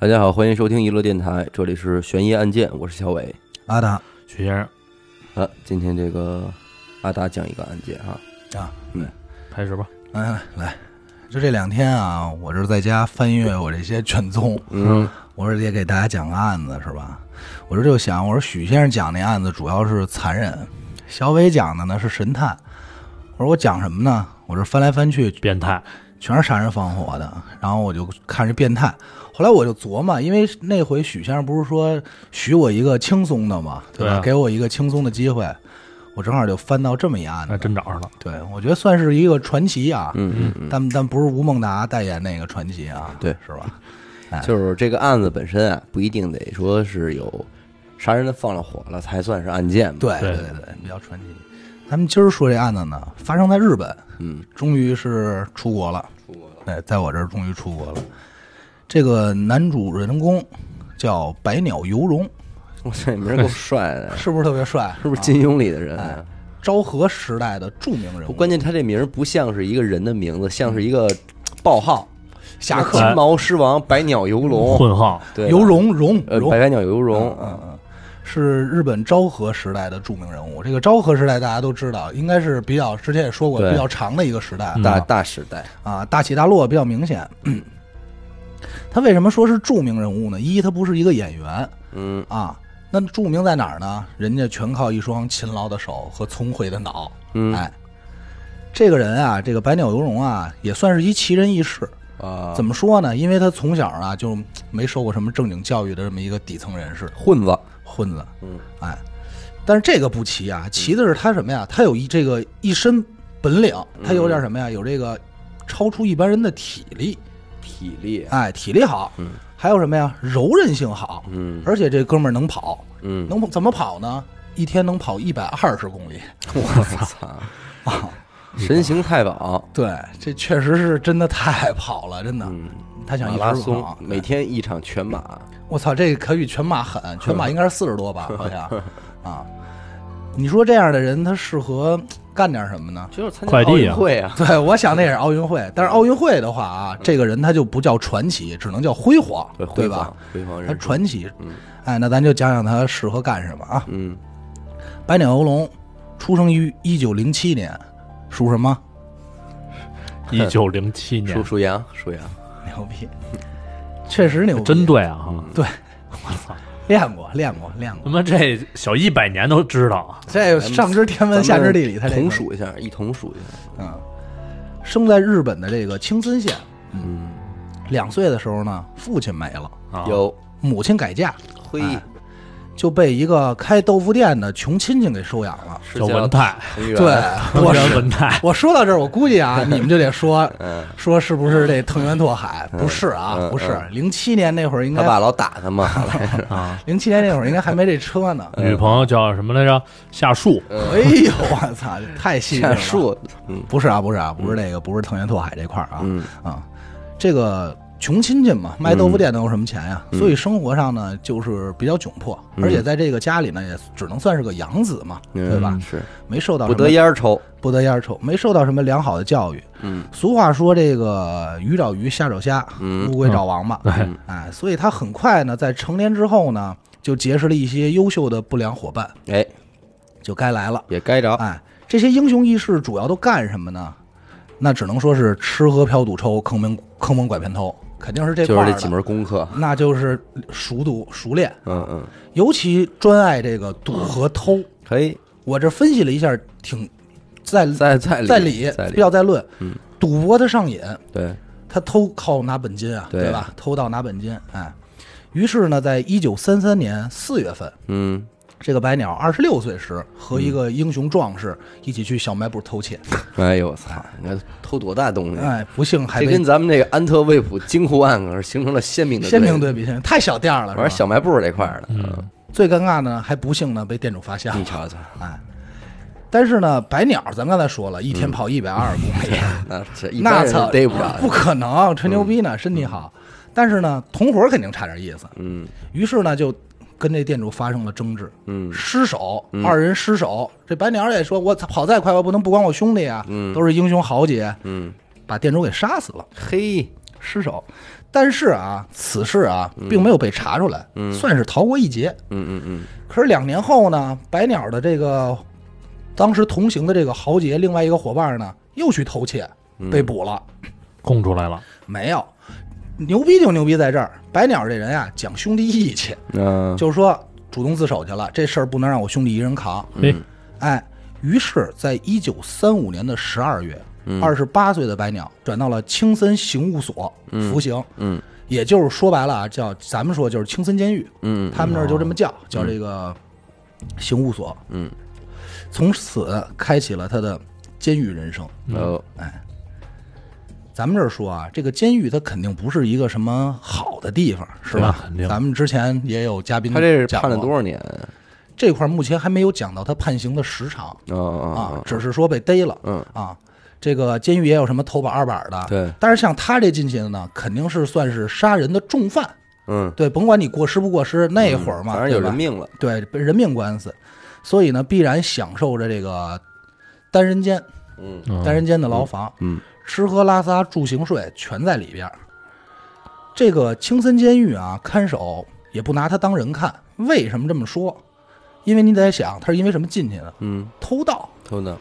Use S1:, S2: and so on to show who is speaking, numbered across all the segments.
S1: 大家好，欢迎收听娱乐电台，这里是悬疑案件，我是小伟。
S2: 阿达
S3: 许先生，
S1: 啊，今天这个阿达讲一个案件啊，
S2: 啊，
S3: 开始吧。
S2: 来来哎来，就这两天啊，我这在家翻阅我这些卷宗，
S1: 嗯
S2: 我说也给大家讲个案子是吧？我这就想，我说许先生讲那案子主要是残忍，小伟讲的呢是神探。我说我讲什么呢？我这翻来翻去
S3: 变态，
S2: 全是杀人放火的，然后我就看这变态。后来我就琢磨，因为那回许先生不是说许我一个轻松的嘛，对吧？
S3: 对啊
S2: 给我一个轻松的机会，我正好就翻到这么一案子，
S3: 那真找上了。
S2: 对，我觉得算是一个传奇啊，
S1: 嗯嗯
S2: 但但不是吴孟达代言那个传奇啊，
S1: 对，
S2: 是吧？
S1: 嗯，就是这个案子本身啊，不一定得说是有杀人放了火了才算是案件嘛。，
S2: 对
S3: 对
S2: 对对，比较传奇。咱们今儿说这案子呢，发生在日本，
S1: 嗯，
S2: 终于是出国了，出国了，对，在我这儿终于出国了。这个男主人公叫百鸟游荣，
S1: 我操，你名儿 够帅的，
S2: 是不是特别帅？
S1: 是不是金庸里的人啊？
S2: 昭和时代的著名人
S1: 不
S2: 物，
S1: 关键他这名儿不像是一个人的名字，像是一个报号，
S2: 嗯侠
S1: 金
S2: 客哎
S3: 哎
S1: 毛狮王百鸟游龙，
S3: 混号，
S1: 对吧，
S2: 游荣荣
S1: 呃，
S2: 荣
S1: 百鸟游龙，
S2: 嗯嗯，是日本昭和时代的著名人物。这个昭和时代大家都知道，应该是比较之前也说过
S1: 对
S2: 比较长的一个时代
S3: 嗯
S1: 大大时代，
S2: 啊，大起大落比较明显。 他为什么说是著名人物呢？一，他不是一个演员
S1: 嗯，
S2: 啊，那著名在哪儿呢？人家全靠一双勤劳的手和聪慧的脑。
S1: 嗯
S2: 哎，这个人啊，这个百鸟游龙啊，也算是一奇人异士。
S1: 啊，
S2: 怎么说呢？因为他从小啊就没受过什么正经教育的这么一个底层人士
S1: 混子，
S2: 混子。
S1: 嗯，
S2: 哎，但是这个不奇啊，奇的是他什么呀？他有一这个一身本领，他
S1: 嗯
S2: 有点什么呀？有这个超出一般人的体力，
S1: 体力，啊
S2: 哎，体力好，
S1: 嗯
S2: 还有什么呀？柔韧性好，
S1: 嗯
S2: 而且这哥们儿能跑，
S1: 嗯，
S2: 能怎么跑呢？一天能跑一百二十公里
S1: 我操，
S2: 啊！
S1: 神行太保，
S2: 对，这确实是真的太跑了，真的。
S1: 嗯，
S2: 他想
S1: 马
S2: 一
S1: 拉
S2: 直
S1: 松
S2: 跑，，
S1: 每天一场全马，
S2: 我操，这可比全马狠，全马应该是四十多吧，好像啊。你说这样的人，他适合干点什么呢？
S1: 就是参
S3: 快递啊
S1: 会啊，
S2: 对，我想那也是奥运会，但是奥运会的话啊，这个人他就不叫传奇，只能叫辉煌，
S1: 对，
S2: 对
S1: 辉
S2: 吧
S1: 煌？，嗯辉煌
S2: 他
S1: 人，
S2: 传奇，哎，那咱就讲讲他适合干什么啊？
S1: 嗯，
S2: 百鸟游龙出生于一九零七年，属什么？
S3: 一九零七
S1: 属
S3: 年，
S1: 属羊，属羊，
S2: 牛逼，确实牛逼，
S3: 真对啊！
S2: 对，
S3: 我操，
S2: 练过，练过，练
S3: 他
S2: 过。
S3: 妈这小一百年都知道啊！
S2: 这上知天文，下知地理，他这
S1: 同
S2: 个
S1: 数一下，一同数一下，
S2: 嗯，生在日本的这个青森县，
S1: 嗯，
S2: 两岁的时候呢，父亲没了，
S3: 啊，
S1: 有
S2: 母亲改嫁，
S1: 灰
S2: 哎就被一个开豆腐店的穷亲戚给收养了。
S1: 是
S3: 叫文泰，
S1: 藤原，
S2: 对，我
S3: 藤原
S2: 是
S3: 文泰，
S2: 我说到这儿，我估计啊，你们就得说
S1: 嗯
S2: 说是不是这藤原拓海？不是
S1: 嗯
S2: 啊
S1: 嗯，
S2: 不是。零七年那会儿应
S1: 他
S2: 该，
S1: 爸老打他嘛， 后来是
S2: 零七年那会儿应该还没这车呢。
S3: 啊女朋友叫什么来着？夏树，
S1: 嗯
S2: 哎呦，我操，太细致
S1: 战
S2: 了。
S1: 术，嗯
S2: 不是啊，不是啊，不是这个，不是藤原拓海这块儿啊
S1: 嗯
S2: 啊，这个穷亲戚嘛，卖豆腐店能有什么钱呀？
S1: 嗯
S2: 所以生活上呢就是比较窘迫，而且在这个家里呢也只能算是个养子嘛，
S1: 嗯
S2: 对吧？
S1: 是
S2: 没受到
S1: 不
S2: 什么
S1: 得烟儿抽，
S2: 不得烟抽，没受到什么良好的教育。
S1: 嗯，
S2: 俗话说这个鱼找鱼，虾找虾，
S1: 嗯
S2: 乌龟找王八。
S3: 嗯
S2: 哎，所以他很快呢，在成年之后呢，就结识了一些优秀的不良伙伴，
S1: 哎，
S2: 就该来了。
S1: 也该着，
S2: 哎，这些英雄义士主要都干什么呢？那只能说是吃喝嫖赌抽，坑蒙坑蒙拐骗偷，肯定是这
S1: 就
S2: 块
S1: 是
S2: 儿
S1: 这
S2: 的。
S1: 几门功课，
S2: 那就是熟读熟练，
S1: 嗯嗯，
S2: 尤其专爱这个赌和偷。
S1: 可以，
S2: 我这分析了一下，挺在
S1: 在在
S2: 在
S1: 理嗯
S2: 理
S1: 在，
S2: 比较在论。赌博他上瘾，
S1: 对，
S2: 他偷靠拿本金啊，
S1: 对
S2: 对吧？偷盗拿本金，哎。于是呢，在一九三三年四月份，
S1: 嗯，
S2: 这个白鸟二十六岁时，和一个英雄壮士一起去小卖部偷窃，
S1: 哎呦我操！你看偷多大东西？
S2: 哎，不幸还
S1: 这
S2: 被
S1: 跟咱们这个安特卫普京沪案可是形成了鲜明的
S2: 鲜明
S1: 对
S2: 对比，鲜明太小店儿了
S1: 比。
S2: 是吧
S1: 玩小卖部这块儿的，嗯，
S2: 最尴尬呢，还不幸呢被店主发现
S1: 你
S2: 了。
S1: 瞧 瞧，
S2: 哎，但是呢，白鸟咱刚才说了，一天跑一百二 十公里，
S1: 嗯那这一般
S2: 那
S1: 人
S2: 操
S1: 都逮不着
S2: 不。可能，吹牛逼呢，身体好。但是呢，同伙肯定差点意思，
S1: 嗯
S2: 于是呢就跟这店主发生了争执，
S1: 嗯
S2: 失手，二人失手。这白鸟也说，我跑再快，我不能不管我兄弟啊，都是英雄豪杰，
S1: 嗯，
S2: 把店主给杀死了，
S1: 嘿，
S2: 失手。但是啊，此事啊，并没有被查出来，算是逃过一劫。
S1: 嗯嗯嗯，
S2: 可是两年后呢，白鸟的这个当时同行的这个豪杰，另外一个伙伴呢，又去偷窃，被捕了。
S3: 供出来了，
S2: 没有，牛逼就牛逼在这儿，白鸟这人啊，讲兄弟义气，
S1: 那
S2: 嗯就是说主动自首去了，这事儿不能让我兄弟一人扛。
S3: 哎，
S2: 哎，于是，在一九三五年的十二月，
S1: 嗯
S2: 二十八岁的白鸟转到了青森刑务所服刑。
S1: 嗯
S2: 也就是说白了啊，叫咱们说就是青森监狱，
S1: 嗯
S2: 他们那儿就这么叫，叫这个刑务所。
S1: 嗯，
S2: 从此开启了他的监狱人生。
S1: 哦
S2: 嗯咱们这儿说啊，这个监狱它肯定不是一个什么好的地方，是吧
S3: 对？肯定
S2: 咱们之前也有嘉宾
S1: 他这是
S2: 讲
S1: 判了
S2: 过
S1: 多少年？
S2: 啊这块儿目前还没有讲到他判刑的时长啊
S1: 哦，
S2: 只是说被逮了。
S1: 嗯
S2: 啊，这个监狱也有什么头板二板的。
S1: 对
S2: 但是像他这进去的呢，肯定是算是杀人的重犯。
S1: 嗯，
S2: 对，甭管你过失不过失，那会儿嘛，
S1: 反正有
S2: 对吧
S1: 人命了。
S2: 对被人命官司，所以呢，必然享受着这个单人间、
S1: 嗯
S3: 嗯
S2: 单人间的牢房，
S1: 嗯
S2: 吃喝拉撒住行睡全在里边儿。这个青森监狱啊，看守也不拿他当人看。为什么这么说？因为你得想，他是因为什么进去的？
S1: 嗯，
S2: 偷盗。
S1: 偷的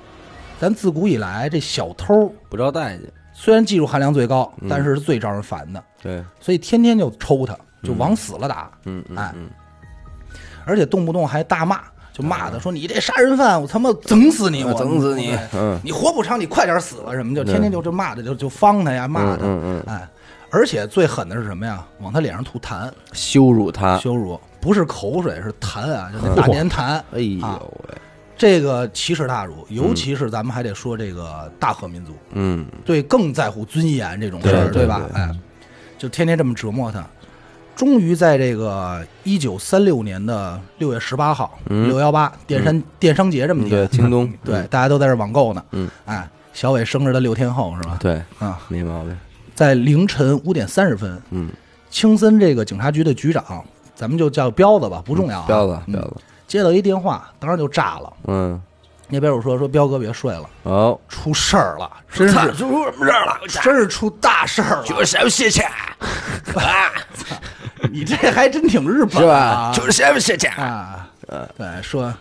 S2: 咱自古以来，这小偷
S1: 不招待见。
S2: 虽然技术含量最高，
S1: 嗯
S2: 但是是最招人烦的，
S1: 对，
S2: 所以天天就抽他，就往死了打。
S1: 嗯嗯
S2: 哎
S1: 嗯
S2: 而且动不动还大骂，就骂他说：“你这杀人犯，我他妈整死你！我
S1: 啊整死你
S2: 对
S1: 嗯
S2: 你活不长，你快点死吧！”什么就天天就这骂他，就就方他呀，骂
S1: 嗯
S2: 他。
S1: 嗯嗯，
S2: 哎，而且最狠的是什么呀？往他脸上吐痰，
S1: 羞辱他。
S2: 羞辱，不是口水，是痰啊，就那大粘痰。
S1: 哎呦
S2: 啊
S1: 喂，
S2: 这个奇耻大辱，尤其是咱们还得说这个大和民族，
S1: 嗯
S2: 对更在乎尊严这种事儿，
S1: 对
S2: 吧？
S1: 对
S2: 哎，就天天这么折磨他。终于在这个一九三六年的六月十八号，六幺八电商电商节这么
S1: 嗯，对，，
S2: 天
S1: 京东，
S2: 对，大家都在这网购呢。
S1: 嗯，
S2: 哎，小伟生日的六天后是吧？
S1: 对，
S2: 啊，
S1: 没毛病。
S2: 在凌晨五点三十分，
S1: 嗯，
S2: 青森这个警察局的局长，咱们就叫彪子吧，不重要、啊。
S1: 彪子，
S2: 嗯
S1: 彪子，
S2: 接到一电话，当时就炸了。
S1: 嗯，
S2: 那边我说说彪哥别睡了，
S1: 好，
S2: 出事儿了，真是
S1: 出什么事儿了？
S2: 真是出大事儿了。
S1: 什么事情？啊
S2: 你这还真挺日本
S1: 是吧？
S2: 啊
S1: 是什么事情？
S2: 啊，对，说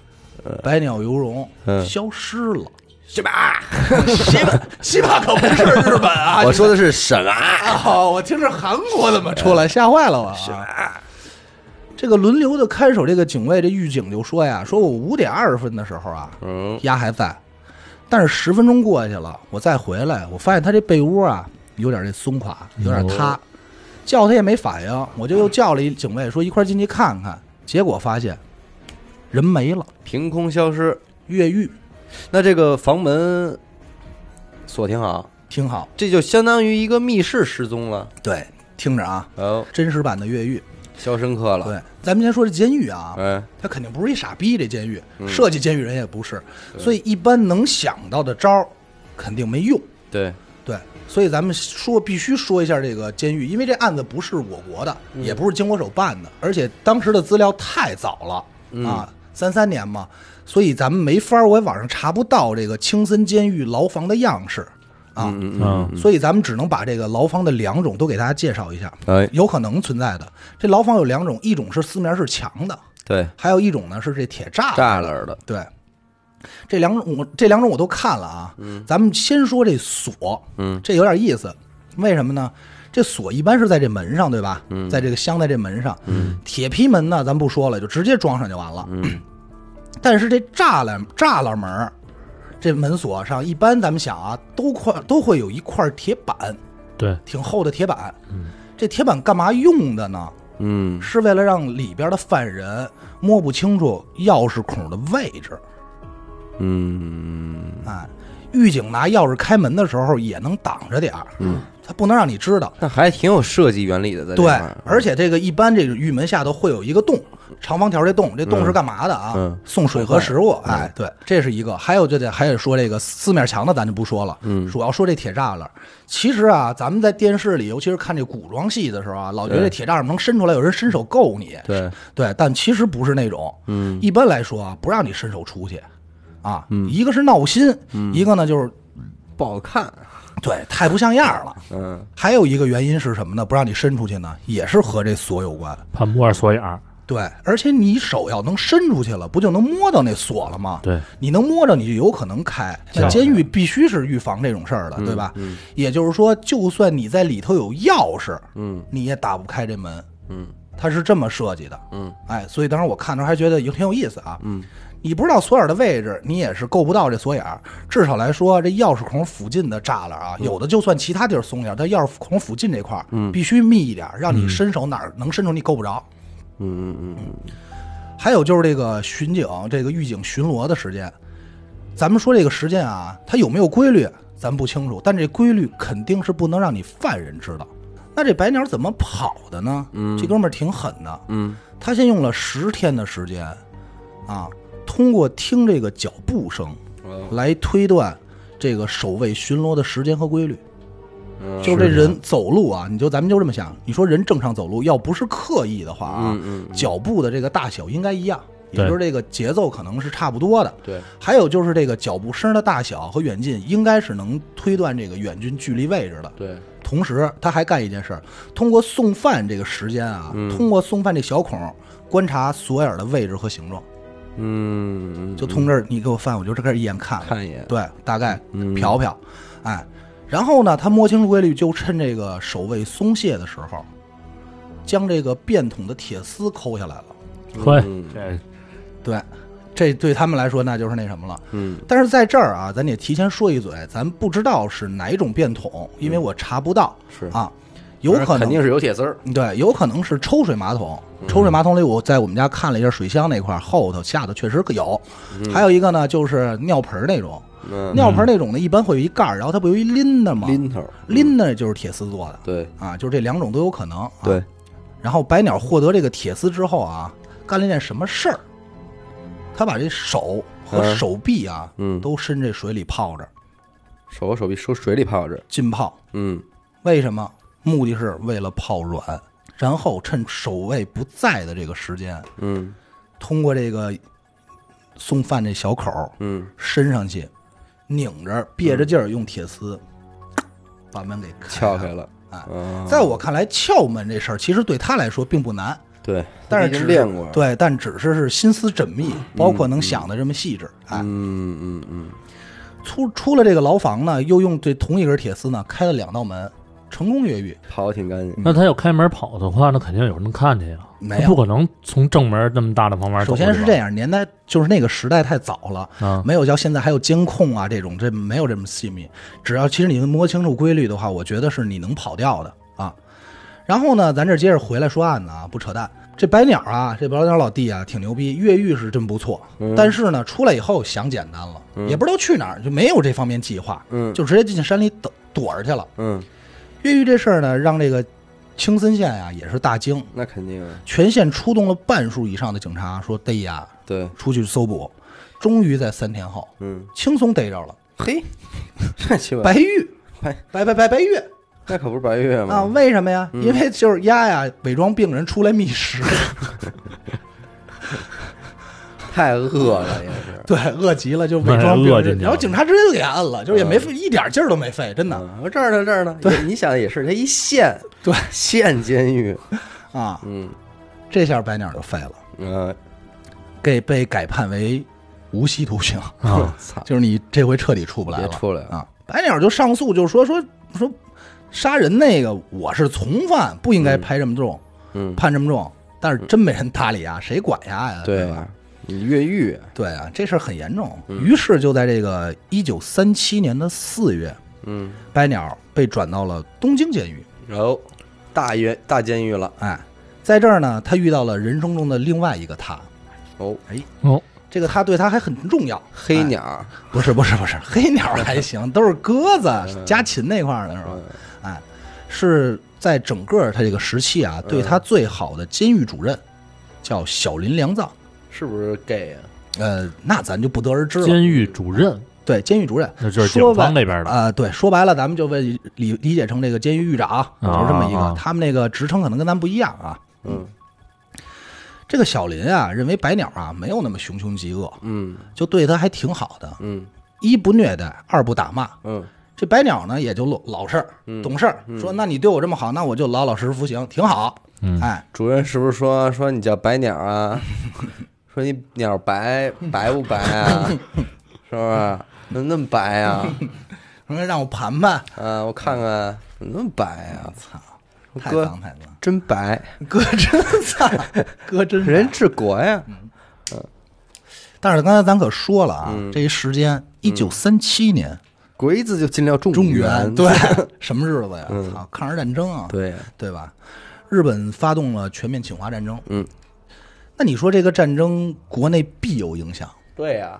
S2: 百鸟游龙
S1: 嗯
S2: 消失了，
S1: 什么？
S2: 西巴 西巴可不是日本啊！
S1: 我说的哎是啊什么？
S2: 哦，我听着韩国怎么出来，吓坏了我啊！这个轮流的看守这个警卫，这狱警就说呀：“说我五点二十分的时候啊，
S1: 嗯，
S2: 鸭还在，但是十分钟过去了，我再回来，我发现他这被窝啊有点这松垮，有点塌，叫他也没反应，我就又叫了一警卫说一块儿进去看看，结果发现人没了，
S1: 凭空消失。
S2: 越狱，
S1: 那这个房门锁挺好，
S2: 挺好，
S1: 这就相当于一个密室失踪了。
S2: 对，听着啊，
S1: 哦，
S2: 真实版的越狱，
S1: 肖申克了。
S2: 对，咱们先说这监狱啊，
S1: 哎，
S2: 他肯定不是一傻逼，这监狱设计监狱人也不是，所以一般能想到的招儿肯定没用。
S1: 对，
S2: 对，所以咱们说必须说一下这个监狱，因为这案子不是我国的，
S3: 嗯
S2: 也不是经国手办的，而且当时的资料太早了、
S3: 嗯
S2: 啊，三三年嘛，所以咱们没法儿，我也网上查不到这个青森监狱牢房的样式啊，
S3: 嗯，
S2: 所以咱们只能把这个牢房的两种都给大家介绍一下，
S1: 哎，
S2: 有可能存在的。这牢房有两种，一种是四面是墙的，
S1: 对，
S2: 还有一种呢是这铁栅栏
S1: 栅栏的。
S2: 对，这两种我这两种我都看了啊。嗯，咱们先说这锁，嗯，这有点意思，为什么呢？这锁一般是在这门上，对吧？嗯，在这个镶在这门上。嗯，铁皮门呢，咱不说了，就直接装上就完了。嗯，但是这栅栏栅栏门儿，这门锁上一般咱们想啊，都块都会有一块铁板，
S3: 对，
S2: 挺厚的铁板。嗯，这铁板干嘛用的呢？
S1: 嗯，
S2: 是为了让里边的犯人摸不清楚钥匙孔的位置。
S1: 嗯，
S2: 哎，狱警拿钥匙开门的时候也能挡着点儿，嗯，他不能让你知道。
S1: 那还挺有设计原理的，在这
S2: 对
S1: 块儿，
S2: 而且这个一般这个狱门下头会有一个洞，长方条这洞，这洞是干嘛的啊？
S1: 嗯
S2: 送水和食物。哎，对，这是一个。还有就得还得说这个四面墙的，咱就不说了。嗯，主要说这铁栅栏。其实啊，咱们在电视里，尤其是看这古装戏的时候啊，老觉得这铁栅栏能伸出来，有人伸手够你。
S1: 对，
S2: 对，但其实不是那种。嗯，一般来说啊，不让你伸手出去，啊，一个是闹心，一个呢就是
S1: 不好看。
S2: 对，太不像样儿了。
S1: 嗯
S2: 还有一个原因是什么呢？不让你伸出去呢，也是和这锁有关。
S3: 怕摸着锁眼儿。
S2: 对，而且你手要能伸出去了，不就能摸到那锁了吗？
S3: 对，
S2: 你能摸着，你就有可能开。那
S1: 啊
S3: 对
S2: 监狱必须是预防这种事儿的，对吧？也就是说，就算你在里头有钥匙，
S1: 嗯
S2: 你也打不开这门。
S1: 嗯
S2: 它是这么设计的。
S1: 嗯，
S2: 哎，所以当时我看的时候还觉得有挺有意思啊。嗯，你不知道锁眼的位置，你也是够不到这锁眼儿。至少来说，这钥匙孔附近的栅栏
S1: 嗯
S2: 啊，有的就算其他地儿松点儿，但钥匙孔附近这块儿，必须密一点儿，让你伸手哪儿能伸出你够不着。
S1: 嗯嗯嗯
S2: 还有就是这个巡警、这个狱警巡逻的时间，咱们说这个时间啊，它有没有规律，咱不清楚，但这规律肯定是不能让你犯人知道。那这白鸟怎么跑的呢？嗯，这哥们儿挺狠的，
S1: 嗯
S2: 他先用了十天的时间，啊，通过听这个脚步声
S1: 哦
S2: 来推断这个守卫巡逻的时间和规律。
S1: 嗯
S2: 就是这人走路啊，你就咱们就这么想，你说人正常走路，要不是刻意的话啊，
S1: 嗯
S2: 脚步的这个大小应该一样，也
S3: 对
S2: 就是这个节奏可能是差不多的。
S1: 对，
S2: 还有就是这个脚步声的大小和远近，应该是能推断这个远近距离位置的。
S1: 对，
S2: 同时，他还干一件事儿，通过送饭这个时间啊，通过送饭这小孔观察索尔的位置和形状，
S1: 嗯嗯
S2: 就从这儿你给我饭，我就这儿一眼看，
S1: 看一眼，
S2: 对，大概
S1: 嗯
S2: 瞟瞟，哎，然后呢，他摸清楚规律，就趁这个守卫松懈的时候，将这个便桶的铁丝抠下来了。
S3: 嘿，
S1: 嗯
S3: 这
S2: 对，这对他们来说那就是那什么了。
S1: 嗯
S2: 但是在这儿啊，咱得提前说一嘴，咱不知道是哪种便桶，因为我查不到
S1: 嗯是，
S2: 啊，有
S1: 反
S2: 可
S1: 正肯定嗯
S2: 能
S1: 是有铁丝儿，
S2: 对，有可能是抽水马桶。抽水马桶里，我在我们家看了一下水箱那块儿后头下头确实有，还有一个呢就是尿盆儿那种，
S1: 嗯，
S2: 尿盆儿那种呢一般会有一盖儿，然后它不有一拎的吗？
S1: 拎头儿，
S2: 拎的就是铁丝做的
S1: 对
S2: 啊，就是这两种都有可能。啊、
S1: 对，
S2: 然后白鸟获得这个铁丝之后啊，干了一件什么事儿？他把这手和
S1: 嗯
S2: 手臂啊，
S1: 嗯
S2: 都伸这水里泡着
S1: 手和手臂收水里泡着，
S2: 浸泡。
S1: 嗯
S2: 为什么？目的是为了泡软，然后趁守卫不在的这个时间，
S1: 嗯
S2: 通过这个送饭这小口儿
S1: 嗯，
S2: 伸上去，拧着憋着劲儿，用铁丝、把门给开
S1: 嗯撬开了，
S2: 啊
S1: 嗯，
S2: 在我看来，撬门这事儿其实对他来说并不难，
S1: 对，
S2: 但是
S1: 已
S2: 只
S1: 经
S2: 是
S1: 练过，，
S2: 对，但只是是心思缜密，包括能想的这么细致。哎，
S1: 嗯嗯嗯
S2: 出出了这个牢房呢，又用这同一根铁丝呢开了两道门，成功越狱。
S1: 嗯，跑得挺干净，
S3: 那他要开门跑的话，那肯定有人能看见呀。
S2: 没有
S3: 他不可能从正门那么大的房门走
S2: 首
S3: 过去吧。
S2: 先是这样，年代就是那个时代太早了，
S3: 啊，
S2: 没有像现在还有监控啊这种，这没有这么细密。只要其实你能摸清楚规律的话，我觉得是你能跑掉的啊。然后呢，咱这接着回来说案子啊，不扯淡。这白鸟啊，这白鸟老弟啊，挺牛逼，越狱是真不错。但是呢，出来以后想简单了，也不知道去哪儿，就没有这方面计划，
S1: 嗯
S2: 就直接进山里躲躲着去了。
S1: 嗯，
S2: 越狱这事儿呢，让这个青森县啊也是大惊，
S1: 那肯定啊，
S2: 全县出动了半数以上的警察，说逮呀，
S1: 对，
S2: 出去搜捕。终于在三天后，
S1: 嗯，
S2: 轻松逮着了。
S1: 嘿，这鸡巴，
S2: 白玉，
S1: 白嗯
S2: 白白白白玉
S1: 那可不是白月
S2: 啊？
S1: 吗？
S2: 为什么呀？因为就是丫呀，伪装病人出来 觅食，
S1: 太饿了也是，
S2: 对，饿极了就伪装
S3: 那也
S2: 病
S3: 饿进
S2: 人，
S3: 去了
S2: 然后警察直接就给摁了，就是也没费一点劲儿都没费，真的
S1: 嗯，这儿呢这儿呢，对，你想也是，他一县，
S2: 对，
S1: 县监狱，
S2: 啊。
S1: 嗯
S2: 这下白鸟就废了，
S1: 呃，
S2: 给被改判为无期 徒刑，
S3: 啊，
S1: 操，
S2: 就是你这回彻底出不来
S1: 别
S2: 了，
S1: 出来了
S2: 啊！白鸟就上诉，就说说说杀人那个我是从犯，不应该拍这么重，
S1: 嗯
S2: 判这么重，但是真没人搭理啊，谁管呀呀？
S1: 对
S2: 吧？
S1: 吧？你越狱啊，
S2: 对啊，这事儿很严重。于是就在这个一九三七年的四月，
S1: 嗯，
S2: 白鸟被转到了东京监狱。
S1: 然后大监大监狱了，
S2: 哎，在这儿呢，他遇到了人生中的另外一个他，
S1: 哦，
S3: 哦，
S2: 这个他对他还很重要。
S1: 黑
S2: 哎
S1: 鸟儿，
S2: 不是不是不是黑鸟 还行，都是鸽子、家禽那块儿的是吧
S1: 嗯？嗯
S2: 哎，是在整个他这个时期啊，对他最好的监狱主任叫小林良藏。
S1: 是不是 gay 啊？
S2: 呃，那咱就不得而知了。
S3: 监狱主任，
S2: 对，监狱主任，
S3: 那就是
S2: 说
S3: 警
S2: 白
S3: 方那边的
S2: 啊、对，说白了，咱们就被理理解成这个监狱狱长，就是这么一个。
S3: 啊啊
S2: 他们那个职称可能跟咱不一样啊。
S1: 嗯
S2: 这个小林啊，认为白鸟啊没有那么熊熊极恶，
S1: 嗯
S2: 就对他还挺好的，
S1: 嗯
S2: 一不虐待，二不打骂，
S1: 嗯
S2: 这白鸟呢也就老老实儿
S3: 嗯
S2: 懂事儿，说那你对我这么好，那我就老老实实服刑，挺好。
S3: 嗯
S2: 哎，
S1: 主任是不是说说你叫白鸟 啊？说你鸟白白不白 啊？是不是？怎么那么白啊？
S2: 说让我盘盘，
S1: 啊，我看看怎么那么白啊？
S2: 操，
S1: 我
S2: 太
S1: 哥
S2: 脏太脏，
S1: 真白，
S2: 哥真 操，哥真是
S1: 人治国呀！
S2: 但是刚才咱可说了啊，
S3: 嗯
S2: 这一时间，一九三七年，
S1: 鬼子就进了中
S2: 中
S1: 原，
S2: 原对什么日子呀？操，抗日战争啊，
S1: 嗯对，
S2: 对吧？日本发动了全面侵华战争，
S1: 嗯，
S2: 那你说这个战争国内必有影响，
S1: 对啊呀，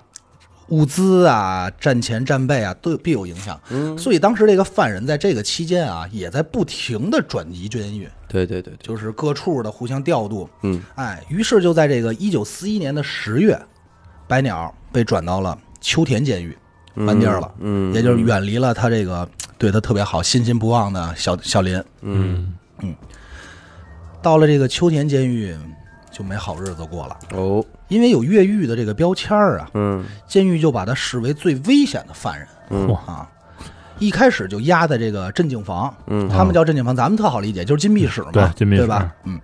S2: 物资啊、战前战备啊都有必有影响，嗯，所以当时这个犯人在这个期间啊，也在不停的转移监狱，
S1: 对对对对，
S2: 就是各处的互相调度，
S1: 嗯，
S2: 哎，于是就在这个一九四一年的十月，白鸟被转到了秋田监狱，搬地儿了，
S1: 嗯
S2: 也就是远离了他这个对他特别好、心心不忘的小小林。
S3: 嗯，
S2: 到了这个秋田监狱，就没好日子过了，
S1: 哦，
S2: 因为有越狱的这个标签儿啊，
S1: 嗯
S2: 监狱就把他视为最危险的犯人。
S3: 哇
S2: 啊。一开始就压在这个镇静房，
S1: 嗯
S2: 他们叫镇静房，咱们特好理解，就是禁闭室嘛，
S3: 对禁闭室
S2: 对吧？嗯，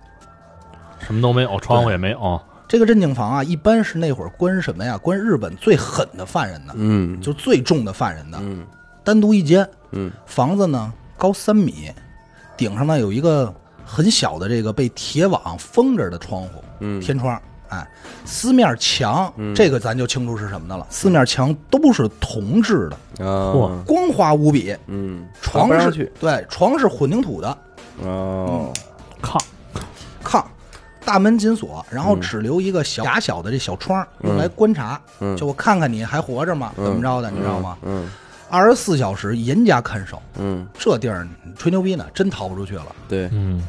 S3: 什么都没有，窗户也没有，
S2: 这个镇静房啊，一般是那会儿关什么呀？关日本最狠的犯人的，
S1: 嗯
S2: 就最重的犯人的，
S1: 嗯
S2: 单独一间，
S1: 嗯，
S2: 房子呢高三米，顶上呢有一个很小的这个被铁网封着的窗户，
S1: 嗯
S2: 天窗，哎，四面墙，这个咱就清楚是什么的了，四面墙都是铜制的，
S1: 啊，
S2: 光滑无比，
S1: 嗯，
S2: 床
S1: 搬不上
S2: 是
S1: 去，
S2: 对，床是混凝土的
S1: 哦，
S3: 炕，
S2: 炕。大门紧锁，然后只留一个小嗯狭嗯小的这小窗，用来观察，就我看看你还活着吗？怎么着的，你知道吗？
S1: 嗯
S2: 二十四小时严加看守，
S1: 嗯，
S2: 这地儿你吹牛逼呢，真逃不出去了。
S1: 对，
S3: 嗯，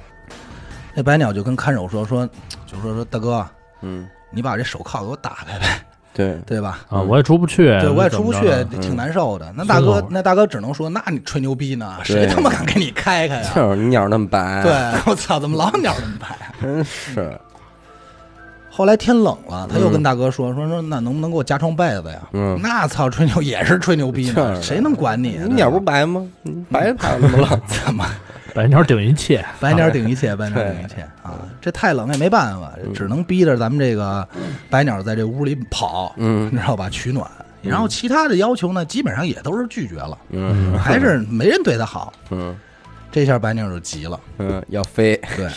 S2: 那白鸟就跟看守说说，就说说大哥，
S1: 嗯
S2: 你把这手铐给我打开呗，
S1: 对，
S2: 对吧？
S3: 啊，我也出不去，
S2: 嗯对，我也
S3: 怎
S2: 出不
S3: 么
S2: 去
S3: 着的，
S2: 挺难受的。那大
S3: 孙老
S2: 哥
S3: 板，
S2: 那大哥只能说，那你吹牛逼呢，谁
S1: 对
S2: 他妈敢给你开 开呀？
S1: 就是你鸟那么白，
S2: 对，我操，怎么老鸟这么白啊？
S1: 真是，
S2: 后来天冷了，他又跟大哥说说说，那能不能给我加床被子呀？
S1: 嗯
S2: 那操，吹牛也是吹牛逼
S1: 就是
S2: 呢，谁能管你啊？
S1: 你鸟不白吗？你白爬怎么了？
S2: 怎么？
S3: 白鸟顶一切，
S2: 白鸟顶一切，白鸟顶一切啊！这太冷也没办法，
S1: 嗯
S2: 只能逼着咱们这个白鸟在这屋里跑，嗯，你知道吧？取暖。然后其他的要求呢，基本上也都是拒绝了，
S1: 嗯
S2: 还是没人对他好。
S1: 嗯
S2: 这下白鸟就急 了，
S1: 嗯，要飞，
S2: 对，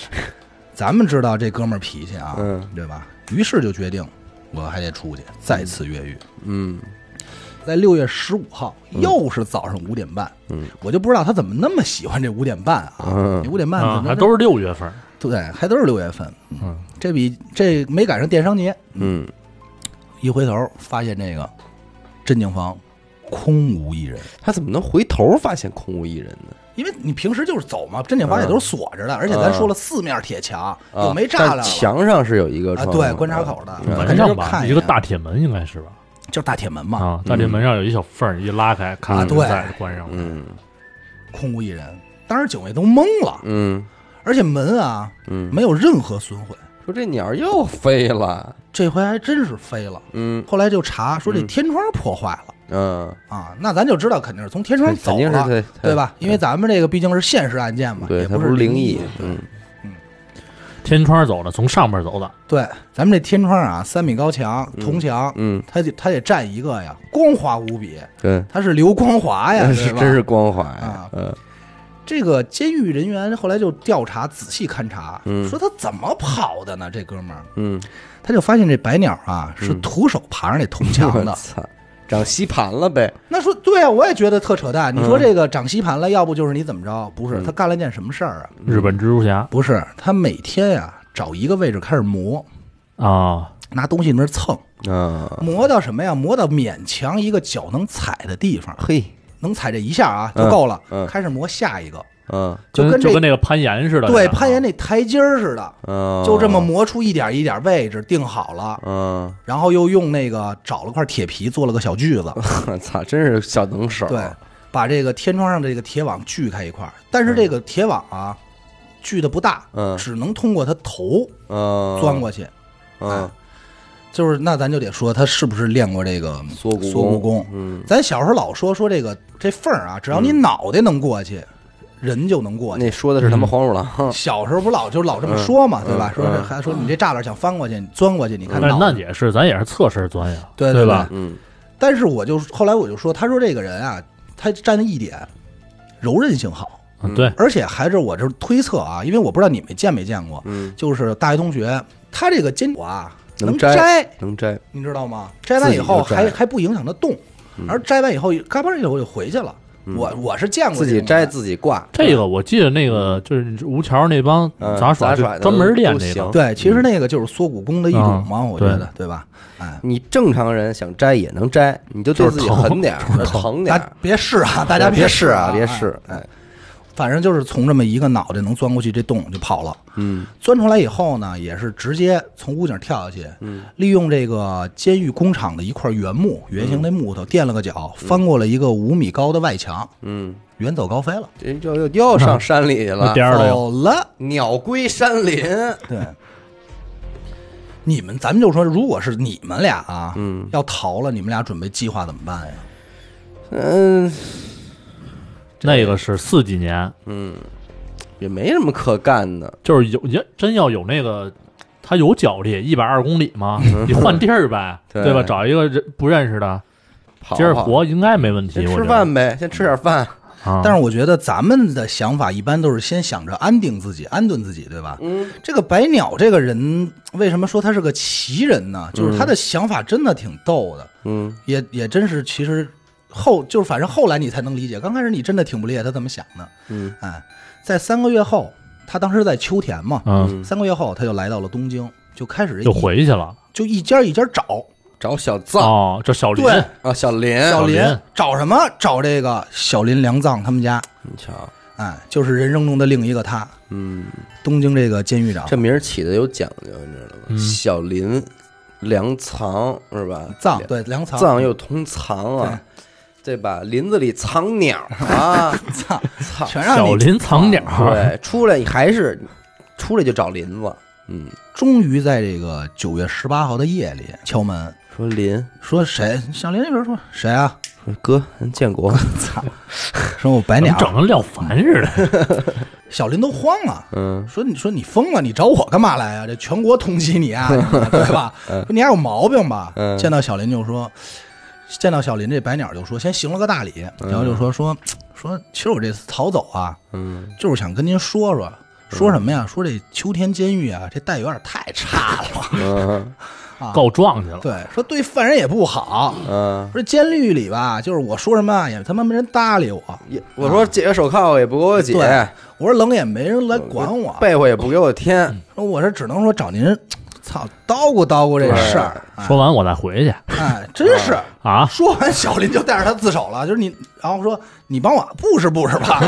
S2: 咱们知道这哥们儿脾气啊，
S1: 嗯
S2: 对吧？于是就决定，我还得出去再次越狱。
S1: 嗯
S2: 在六月十五号，又是早上五点半，嗯，我就不知道他怎么那么喜欢这五点半啊
S1: 嗯，
S2: 五点半
S3: 啊
S2: 怎，么
S3: 还都是六月份，
S2: 对，还都是六月份。嗯，这比这没赶上电商节，
S1: 嗯，
S2: 一回头发现这个镇静房空无一人，
S1: 他怎么能回头发现空无一人呢？
S2: 因为你平时就是走嘛，镇静房也
S1: 嗯
S2: 都是锁着的，而且咱说了四面铁墙，又没栅
S1: 啊但
S2: 栏了。
S1: 墙上嗯是有一个
S2: 啊，
S1: 窗户
S2: 对，观察口的，
S3: 晚
S2: 肯定
S3: 上
S2: 嗯就
S3: 吧，
S2: 看
S3: 一个
S2: 眼
S3: 大铁门应该是吧，
S2: 就是大铁门嘛，
S3: 啊，大铁门上有一小缝儿，一拉开，咔，
S2: 啊对
S3: 再关上了，
S1: 嗯
S2: 空无一人。当时警卫都懵了，
S1: 嗯
S2: 而且门啊，
S1: 嗯，
S2: 没有任何损毁，
S1: 说这鸟又飞了，
S2: 这回还真是飞了。
S1: 嗯
S2: 后来就查说这天窗破坏了。
S1: 嗯，
S2: 啊，那咱就知道肯定是从天窗
S1: 肯
S2: 走
S1: 定是
S2: 了，
S1: 对
S2: 对吧？因为咱们这个毕竟是现实案件嘛，
S1: 对，
S2: 也
S1: 它
S2: 是
S1: 灵
S2: 灵
S1: 异，嗯
S3: 天窗走的，从上边走的，
S2: 对，咱们这天窗啊，三米高墙，铜墙，
S1: 嗯，
S2: 它得它得占一个呀，光滑无比，
S1: 对，
S2: 它是流光滑哎呀，
S1: 是
S2: 对吧
S1: 真是光滑呀
S2: 啊，
S1: 嗯
S2: 这个监狱人员后来就调查，仔细勘察，
S1: 嗯
S2: 说他怎么跑的呢？这哥们儿，
S1: 嗯，
S2: 他就发现这白鸟啊是徒手爬上这铜墙
S1: 我
S2: 的。
S1: 操，长吸盘了呗，
S2: 那说对啊，我也觉得特扯淡。你
S1: 嗯
S2: 说这个长吸盘了，要不就是你怎么着？不是，他干了件什么事儿啊？
S3: 日本蜘蛛侠
S2: 不是，他每天呀、找一个位置开始磨，
S3: 啊，
S2: 拿东西里面蹭，
S1: 啊，
S2: 磨到什么呀？磨到勉强一个脚能踩的地方，
S1: 嘿，
S2: 能踩这一下啊就够了。
S1: 嗯嗯
S2: 开始磨下一个，
S1: 嗯
S2: 就
S3: 跟
S2: 跟
S3: 就
S2: 这
S3: 那个攀岩似的，
S2: 对
S3: 是吧
S2: 攀岩那台阶儿似的，
S1: 嗯，
S2: 就这么磨出一点一点位置定好了，
S1: 嗯，
S2: 然后又用那个找了块铁皮做了个小锯子，
S1: 我操，真是小能手，
S2: 对，把这个天窗上的这个铁网锯开一块儿，但是这个铁网啊锯的不大，
S1: 嗯
S2: 只能通过他头
S1: 嗯，
S2: 钻过去。
S1: 嗯，
S2: 就是那咱就得说他是不是练过这个
S1: 缩骨功
S2: 缩骨功？
S1: 嗯，
S2: 咱小时候老说说这个这缝儿啊，只要你脑袋能过去，人就能过去。
S1: 那说的是他妈黄鼠 狼，
S2: 小时候不老就老这么说嘛，
S1: 嗯
S2: 对吧？
S1: 嗯
S2: 说是
S1: 嗯
S2: 还说你这栅栏想翻过去，你钻过去，你看
S3: 但是
S2: 脑
S3: 嗯那
S2: 袋。
S3: 也是，咱也是侧身钻呀，
S2: 对
S3: 对
S2: 对
S3: 吧？
S1: 嗯
S2: 但是我就后来我就说，他说这个人啊，他占的一点，柔韧性好，
S3: 嗯对，
S2: 而且还是我这推测啊，因为我不知道你们见没见过，
S1: 嗯，
S2: 就是大学同学，他这个坚果啊
S1: 能摘
S2: 摘，
S1: 能摘，
S2: 你知道吗？摘完以后
S1: 自己就摘嗯
S2: 还还不影响它动，而摘完以后嘎嘣儿一口就回去了。我我是见过
S1: 自
S2: 这
S1: 己
S2: 种
S1: 摘
S2: 的
S1: 自己挂，
S3: 这个我记得那
S2: 嗯
S3: 个就是吴桥那帮
S1: 嗯
S3: 杂耍
S1: 杂
S3: 就
S1: 耍的
S3: 专门练
S1: 都
S3: 这个
S1: 行，
S2: 对，其实那个就是缩骨功的一种嘛，
S3: 嗯
S2: 我觉得
S3: 对
S2: 对吧？哎，
S1: 你正常人想摘也能摘，你就对自己狠点儿，疼点
S2: 大
S1: 儿，
S2: 别试啊，大家
S1: 别
S2: 试
S1: 啊，别
S2: 哎
S1: 试，哎，
S2: 反正就是从这么一个脑袋能钻过去这洞就跑了，
S1: 嗯，
S2: 钻出来以后呢，也是直接从屋顶跳下去，嗯，利用这个监狱工厂的一块原木圆形那木头垫了个脚，翻过了一个五米高的外墙，
S1: 嗯，
S2: 远走高飞了，
S1: 这又又又上山里去了
S3: 那，颠儿的哟。
S2: 走了。
S1: 鸟归山林，
S2: 对，你们咱们就说，如果是你们俩啊，
S1: 嗯
S2: 要逃了，你们俩准备计划怎么办呀？
S1: 嗯
S3: 那个是四几年，
S1: 嗯，也没什么可干的，
S3: 就是有也真要有那个，他有脚力，一百二公里嘛，你换地儿呗，
S1: 嗯 对
S3: 对吧？找一个人不认识的，
S1: 跑
S3: 接着
S1: 跑
S3: 活应该没问题。
S1: 先
S3: 我觉
S1: 吃
S3: 得
S1: 饭呗，先吃点饭，
S3: 啊，
S2: 但是我觉得咱们的想法一般都是先想着安定自己、安顿自己，对吧？
S1: 嗯，
S2: 这个白鸟这个人，为什么说他是个奇人
S3: 嗯
S2: 呢？就是他的想法真的挺逗的，
S1: 嗯
S2: 也也真是其实后就是反正后来你才能理解，刚开始你真的挺不理解他怎么想的。
S1: 嗯，
S2: 哎，在三个月后，他当时在秋田嘛，
S3: 嗯，
S1: 嗯，
S2: 三个月后他就来到了东京，就开始
S3: 就
S2: 一
S3: 回去了。
S2: 就一家一家找，
S1: 找小藏
S3: 哦，这小林
S2: 对
S1: 啊，小林，
S2: 小林
S3: 林
S2: 找什么？找这个小林良藏他们家，
S1: 你瞧，
S2: 哎，就是人生中的另一个他，
S1: 嗯，
S2: 东京这个监狱长
S1: 这名儿起的有讲究，你知道吗？
S3: 嗯
S1: 小林粮藏是吧？
S2: 藏，对粮藏
S1: 藏 又通藏啊，对吧？林子里藏鸟啊，
S2: 藏，
S1: 藏
S2: 全让
S3: 小
S2: 你
S3: 林藏鸟，
S1: 对，出来还是出来就找林子，嗯，
S2: 终于在这个九月十八号的夜里敲门，
S1: 说林，
S2: 说谁？小林那边说谁啊？
S1: 说哥，咱建国，
S2: 说我白
S3: 怎么
S2: 鸟。
S3: 整跟廖凡似的？
S2: 小林都慌了。
S1: 嗯
S2: 说你说你疯了，你找我干嘛来啊呀、这全国通缉你 啊，对吧？说你还有毛病吧？
S1: 嗯
S2: 见到小林就说，见到小林这白鸟就说，先行了个大礼，然后就说说说，其实我这次逃走啊，
S1: 嗯，
S2: 就是想跟您说说，说什么呀？说这秋天监狱啊，这待遇有点太差了。
S1: 嗯
S3: 告状去了。
S2: 对，说对犯人也不好。
S1: 嗯，
S2: 说监狱里吧，就是我说什么啊也他妈没人搭理我，
S1: 也我说解个手铐也不给我解，
S2: 对我说冷也没人来管我，
S1: 被窝也不给我添，
S2: 说我这只能说找您，操，叨咕叨咕这事儿。哎
S3: 说完我再回去
S2: 哎，真是。
S3: 啊，
S2: 说完，小林就带着他自首了，就是你，然后说你帮我布置布置吧，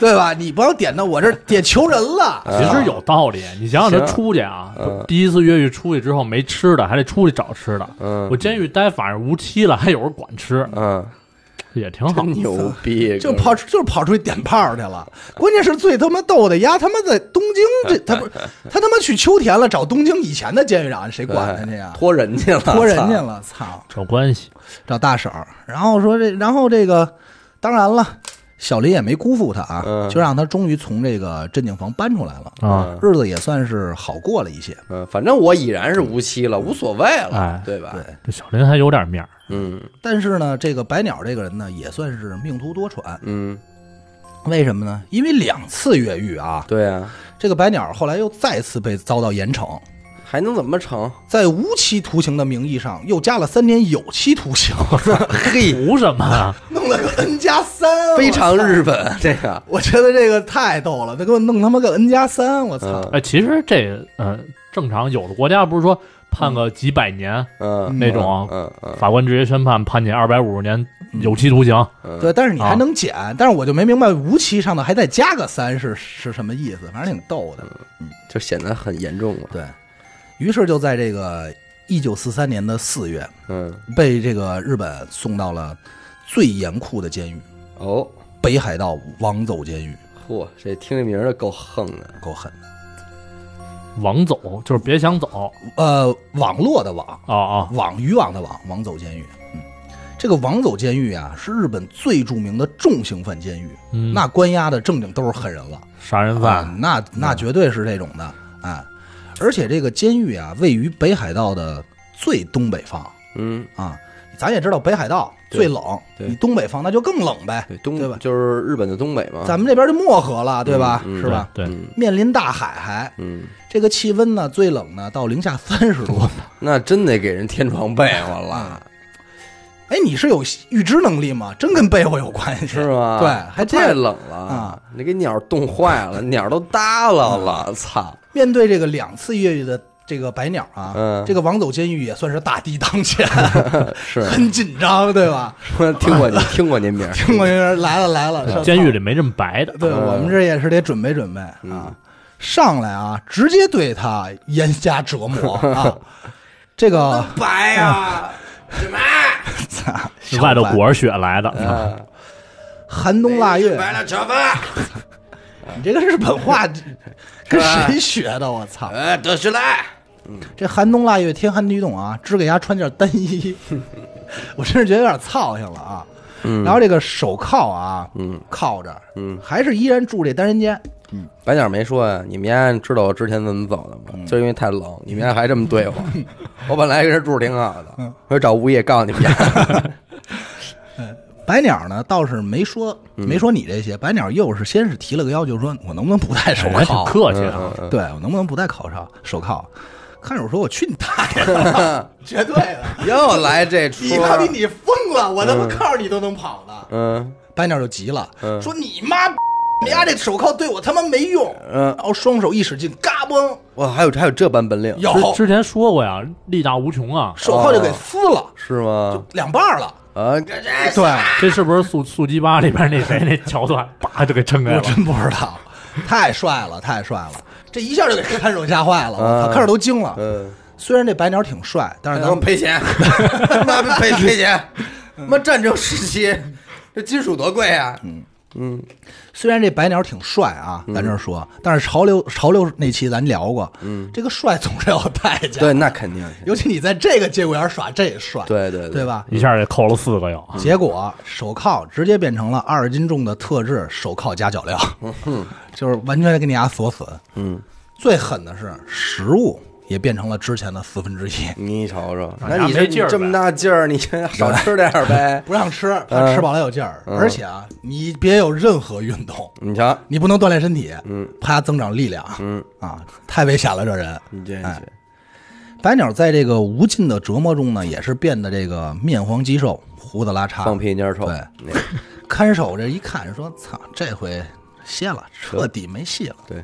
S2: 对吧？你不要点到我这儿点求人了，
S3: 其实有道理。你想想，他出去啊，第一次越狱出去之后没吃的，还得出去找吃的。
S1: 嗯
S3: 我监狱待反正无期了，还有人管吃，
S1: 嗯，
S3: 也挺好
S1: 真。牛逼，
S2: 就
S1: 哥们儿
S2: 跑就是跑出去点炮去了。关键是最他妈逗的，丫他妈在东京这他不他他妈去秋田了，找东京以前的监狱长，谁管他 去呀？
S1: 托人去了，
S2: 托人家
S1: 操，
S2: 了，操！
S3: 找关系，
S2: 找大婶儿，然后说这，然后这个，当然了，小林也没辜负他啊，
S1: 嗯
S2: 就让他终于从这个镇静房搬出来了
S3: 啊，
S2: 日子也算是好过了一些。
S1: 嗯，反正我已然是无期了，无所谓了
S3: 哎，
S1: 对吧？
S2: 对
S3: 这小林还有点面儿。
S1: 嗯
S2: 但是呢，这个白鸟这个人呢，也算是命途多舛。
S1: 嗯，
S2: 为什么呢？因为两次越狱啊，
S1: 对啊，
S2: 这个白鸟后来又再次被遭到严惩，
S1: 还能怎么成？
S2: 在无期徒刑的名义上又加了三年有期徒刑，
S1: 嘿，
S3: 图什么啊？
S2: 弄了个 N 加三，
S1: 非常
S2: 我操
S1: 日本这个，
S2: 我觉得这个太逗了，他给我弄他妈个 N 加三，我操！
S1: 嗯
S3: 哎，其实这呃，正常有的国家不是说判个几百年，
S1: 嗯，
S3: 那种
S1: 嗯嗯
S3: 法官直接宣判判你二百五十年有期徒刑，
S1: 嗯，
S2: 对，但是你还
S3: 啊
S2: 能减，但是我就没明白无期上的还再加个三是是什么意思，反正挺逗的。
S3: 嗯
S1: 就显得很严重了。
S2: 对于是就在这个一九四三年的四月，
S1: 嗯，
S2: 被这个日本送到了最严酷的监狱
S1: 哦，
S2: ——北海道王走监狱，
S1: 嚯，这听这名儿的够横的，
S2: 够狠的。
S3: 网走，就是别想走。
S2: 呃，网络的网，
S3: 哦哦，
S2: 网渔网的网，网走监狱。嗯，这个网走监狱啊，是日本最著名的重刑犯监狱，
S3: 嗯
S2: 那关押的正经都是狠人了，
S3: 杀人
S2: 啊
S3: 犯，，
S2: 那
S1: 嗯
S2: 那绝对是这种的啊。而且这个监狱啊，位于北海道的最东北方
S1: 嗯，
S2: 啊。咱也知道北海道
S1: 对
S2: 最冷，
S1: 对
S2: 你东北方那就更冷呗，
S1: 对，东
S2: 对吧
S1: 就是日本的东北嘛，
S2: 咱们这边就漠河了，对吧？
S1: 嗯嗯
S2: 是吧？
S3: 对，对
S1: 嗯
S2: 面临大海还，
S1: 嗯，
S2: 这个气温呢，最冷呢到零下三十度。
S1: 那真得给人添床被窝了，
S2: 哎，你是有预知能力吗？真跟被窝有关系
S1: 是吗？
S2: 对，还这
S1: 太
S2: 样
S1: 冷了
S2: 啊！
S1: 你给鸟冻坏了，鸟都耷拉了，操！
S2: 面对这个两次越狱的这个白鸟啊，
S1: 嗯
S2: 这个王走监狱也算是大敌当前，
S1: 是
S2: 很紧张，对吧？
S1: 说听过你听过您名儿，
S2: 听过有人来了来了，上
S3: 监狱里没这么白的，
S2: 对我们这也是得准备准备
S3: 嗯
S2: 啊，上来啊，直接对他严加折磨 啊，这个
S1: 白 呀，什么？
S3: 外头裹着雪来的，
S1: 啊，
S2: 寒冬腊月，
S1: 哎了炒饭，
S2: 你这个日本 话跟谁学的？我操！
S1: 呃，德时来，
S2: 这寒冬腊月，天寒地冻啊，只给丫穿件单 衣，我真是觉得有点操性了啊。
S3: 嗯
S2: 然后这个手铐啊，铐着，
S1: 嗯
S2: 还是依然住这单人间，
S1: 白鸟没说呀，你们家知道我之前怎么走的吗？就是因为太冷，你们家还这么对我。 我本来跟这住挺好的，我找物业告你们家。
S2: 白鸟呢倒是没说
S1: 嗯
S2: 没说你这些，白鸟又是先是提了个要求，说我能不能不戴哎手
S3: 人哎还挺
S2: 铐？
S3: 客气
S1: 嗯
S3: 啊，
S1: 嗯
S2: 对我能不能不戴口罩手铐？看着我说我去你大爷 的，绝对的，
S1: 嗯又来这出，
S2: 你疯了，我他妈靠着你都能跑呢。
S1: 嗯
S2: 白鸟就急了，
S1: 嗯
S2: 说你妈，你丫这手铐对我他妈没用。
S1: 嗯
S2: 然，后双手一使劲，嘎嘣，
S1: 哇，还有还有这哦般本领，
S2: 有
S3: 之之前说过呀，力大无穷啊，
S2: 手铐就给撕了，
S1: 是吗？
S2: 两半了。
S1: 啊，
S2: 对，
S3: 这是不是速速激八里边那谁那桥段，叭就给撑开
S2: 我
S3: 了？
S2: 真不知道，太帅了，太帅了，这一下就给看守吓坏了，我操，
S1: 嗯
S2: 看着都惊了。
S1: 嗯，
S2: 虽然这白鸟挺帅，但是咱
S1: 咱们
S2: 们
S1: 赔钱，他妈赔赔钱，妈战争时期这金属多贵啊！
S2: 虽然这白鸟挺帅啊，
S1: 嗯
S2: 咱这儿说，但是潮流潮流那期咱聊过，嗯，这个帅总是要有代价，
S1: 对，，那肯定，
S2: 尤其你在这个节骨眼儿耍这帅，
S1: 对对
S2: 对？吧？
S3: 一下给扣了四个又，
S2: 结果手铐直接变成了二十斤重的特制手铐加脚镣，就是完全给你俩锁死。
S1: 嗯，
S2: 最狠的是食物也变成了之前的四分之一，
S1: 你瞅瞅，
S3: 啊
S1: 那你这
S3: 没
S1: 你
S3: 劲儿呗
S1: 这么大劲儿，你先少吃点儿呗。
S2: 不让
S1: 嗯
S2: 吃，怕吃饱了有劲儿。而且啊，你别有任何运动，
S1: 你瞧，
S2: 你不能锻炼身体，嗯，怕增长力量，嗯啊，太危险了这人。
S1: 你这
S2: 哎白鸟在这个无尽的折磨中呢，也是变得这个面黄肌瘦，胡子拉碴，
S1: 放屁蔫臭，
S2: 对
S1: 那
S2: 看守这一看说：“操，这回歇了，彻底没戏了。”
S1: 对，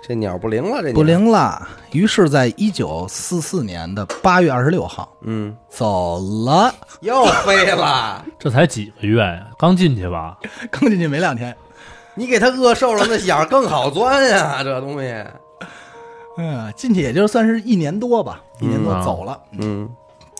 S1: 这鸟不灵了，这鸟
S2: 不，灵了。于是，在一九四四年的八月二十六号
S1: 嗯，
S2: 走了，
S1: 又飞了，
S3: 这才几个月呀，刚进去吧？
S2: 刚进去没两天，
S1: 你给它饿瘦了，那眼儿更好钻呀， 这东西，
S2: 嗯，进去也就算是一年多吧，一年多走了。
S1: 嗯，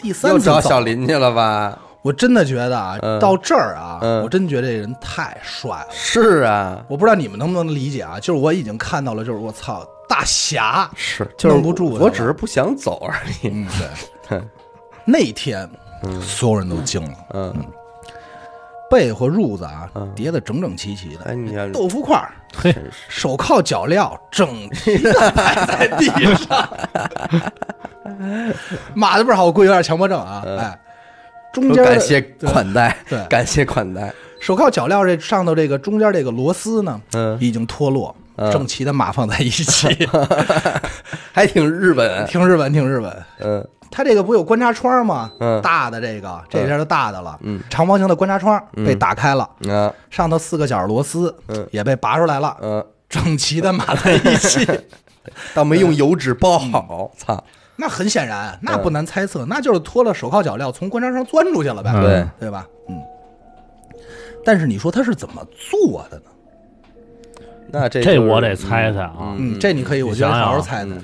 S2: 第三
S1: 又
S2: 次
S1: 找
S2: 走
S1: 小林去了吧？
S2: 我真的觉得啊，
S1: 嗯
S2: 到这儿啊，
S1: 嗯
S2: 我真觉得这人太帅了。
S1: 是啊，
S2: 我不知道你们能不能理解啊，就是我已经看到了，就是我操，大侠，
S1: 是，就是
S2: 弄不住的
S1: 我只是不想走而已。
S2: 嗯，对。那天，所有人都惊了，
S1: 嗯，
S2: 被和褥子啊叠得整整齐齐的，
S1: 哎，你看，
S2: 豆腐块儿
S3: 嘿，
S2: 手铐脚镣整齐的 摆在地上， 码的倍儿好，我估计有点强迫症啊。哎，中
S1: 嗯都
S2: 间
S1: 感
S2: 的
S1: 谢款待，
S2: 对
S1: 感谢款待，
S2: 手铐脚镣这上头这个中间这个螺丝呢，
S1: 嗯
S2: 已经脱落，整齐的码放在 一起。
S1: 还挺日本。
S2: 听日本，听日本，
S1: 嗯
S2: 它这个不有观察窗吗？
S1: 嗯
S2: 大的这个，这边就大的了，长方形的观察窗
S1: 嗯
S2: 被打开了，
S1: 啊
S2: 上头四个角螺丝也被拔出来了，
S1: 嗯，
S2: 整齐的码在 一起。
S1: 倒没用油纸包好，操！
S2: 那很显
S1: 嗯
S2: 然，那不难猜测，那就是脱了手铐脚镣从棺材上钻出去了呗，
S3: 嗯
S1: 对
S2: 对吧？嗯。但是你说他是怎么做的呢？
S1: 那这
S3: 这
S1: 就是
S3: 我得猜猜啊。
S2: 嗯，这你可以，我觉得
S3: 你想想
S2: 好
S3: 啊
S2: 好猜
S1: 嗯
S2: 猜。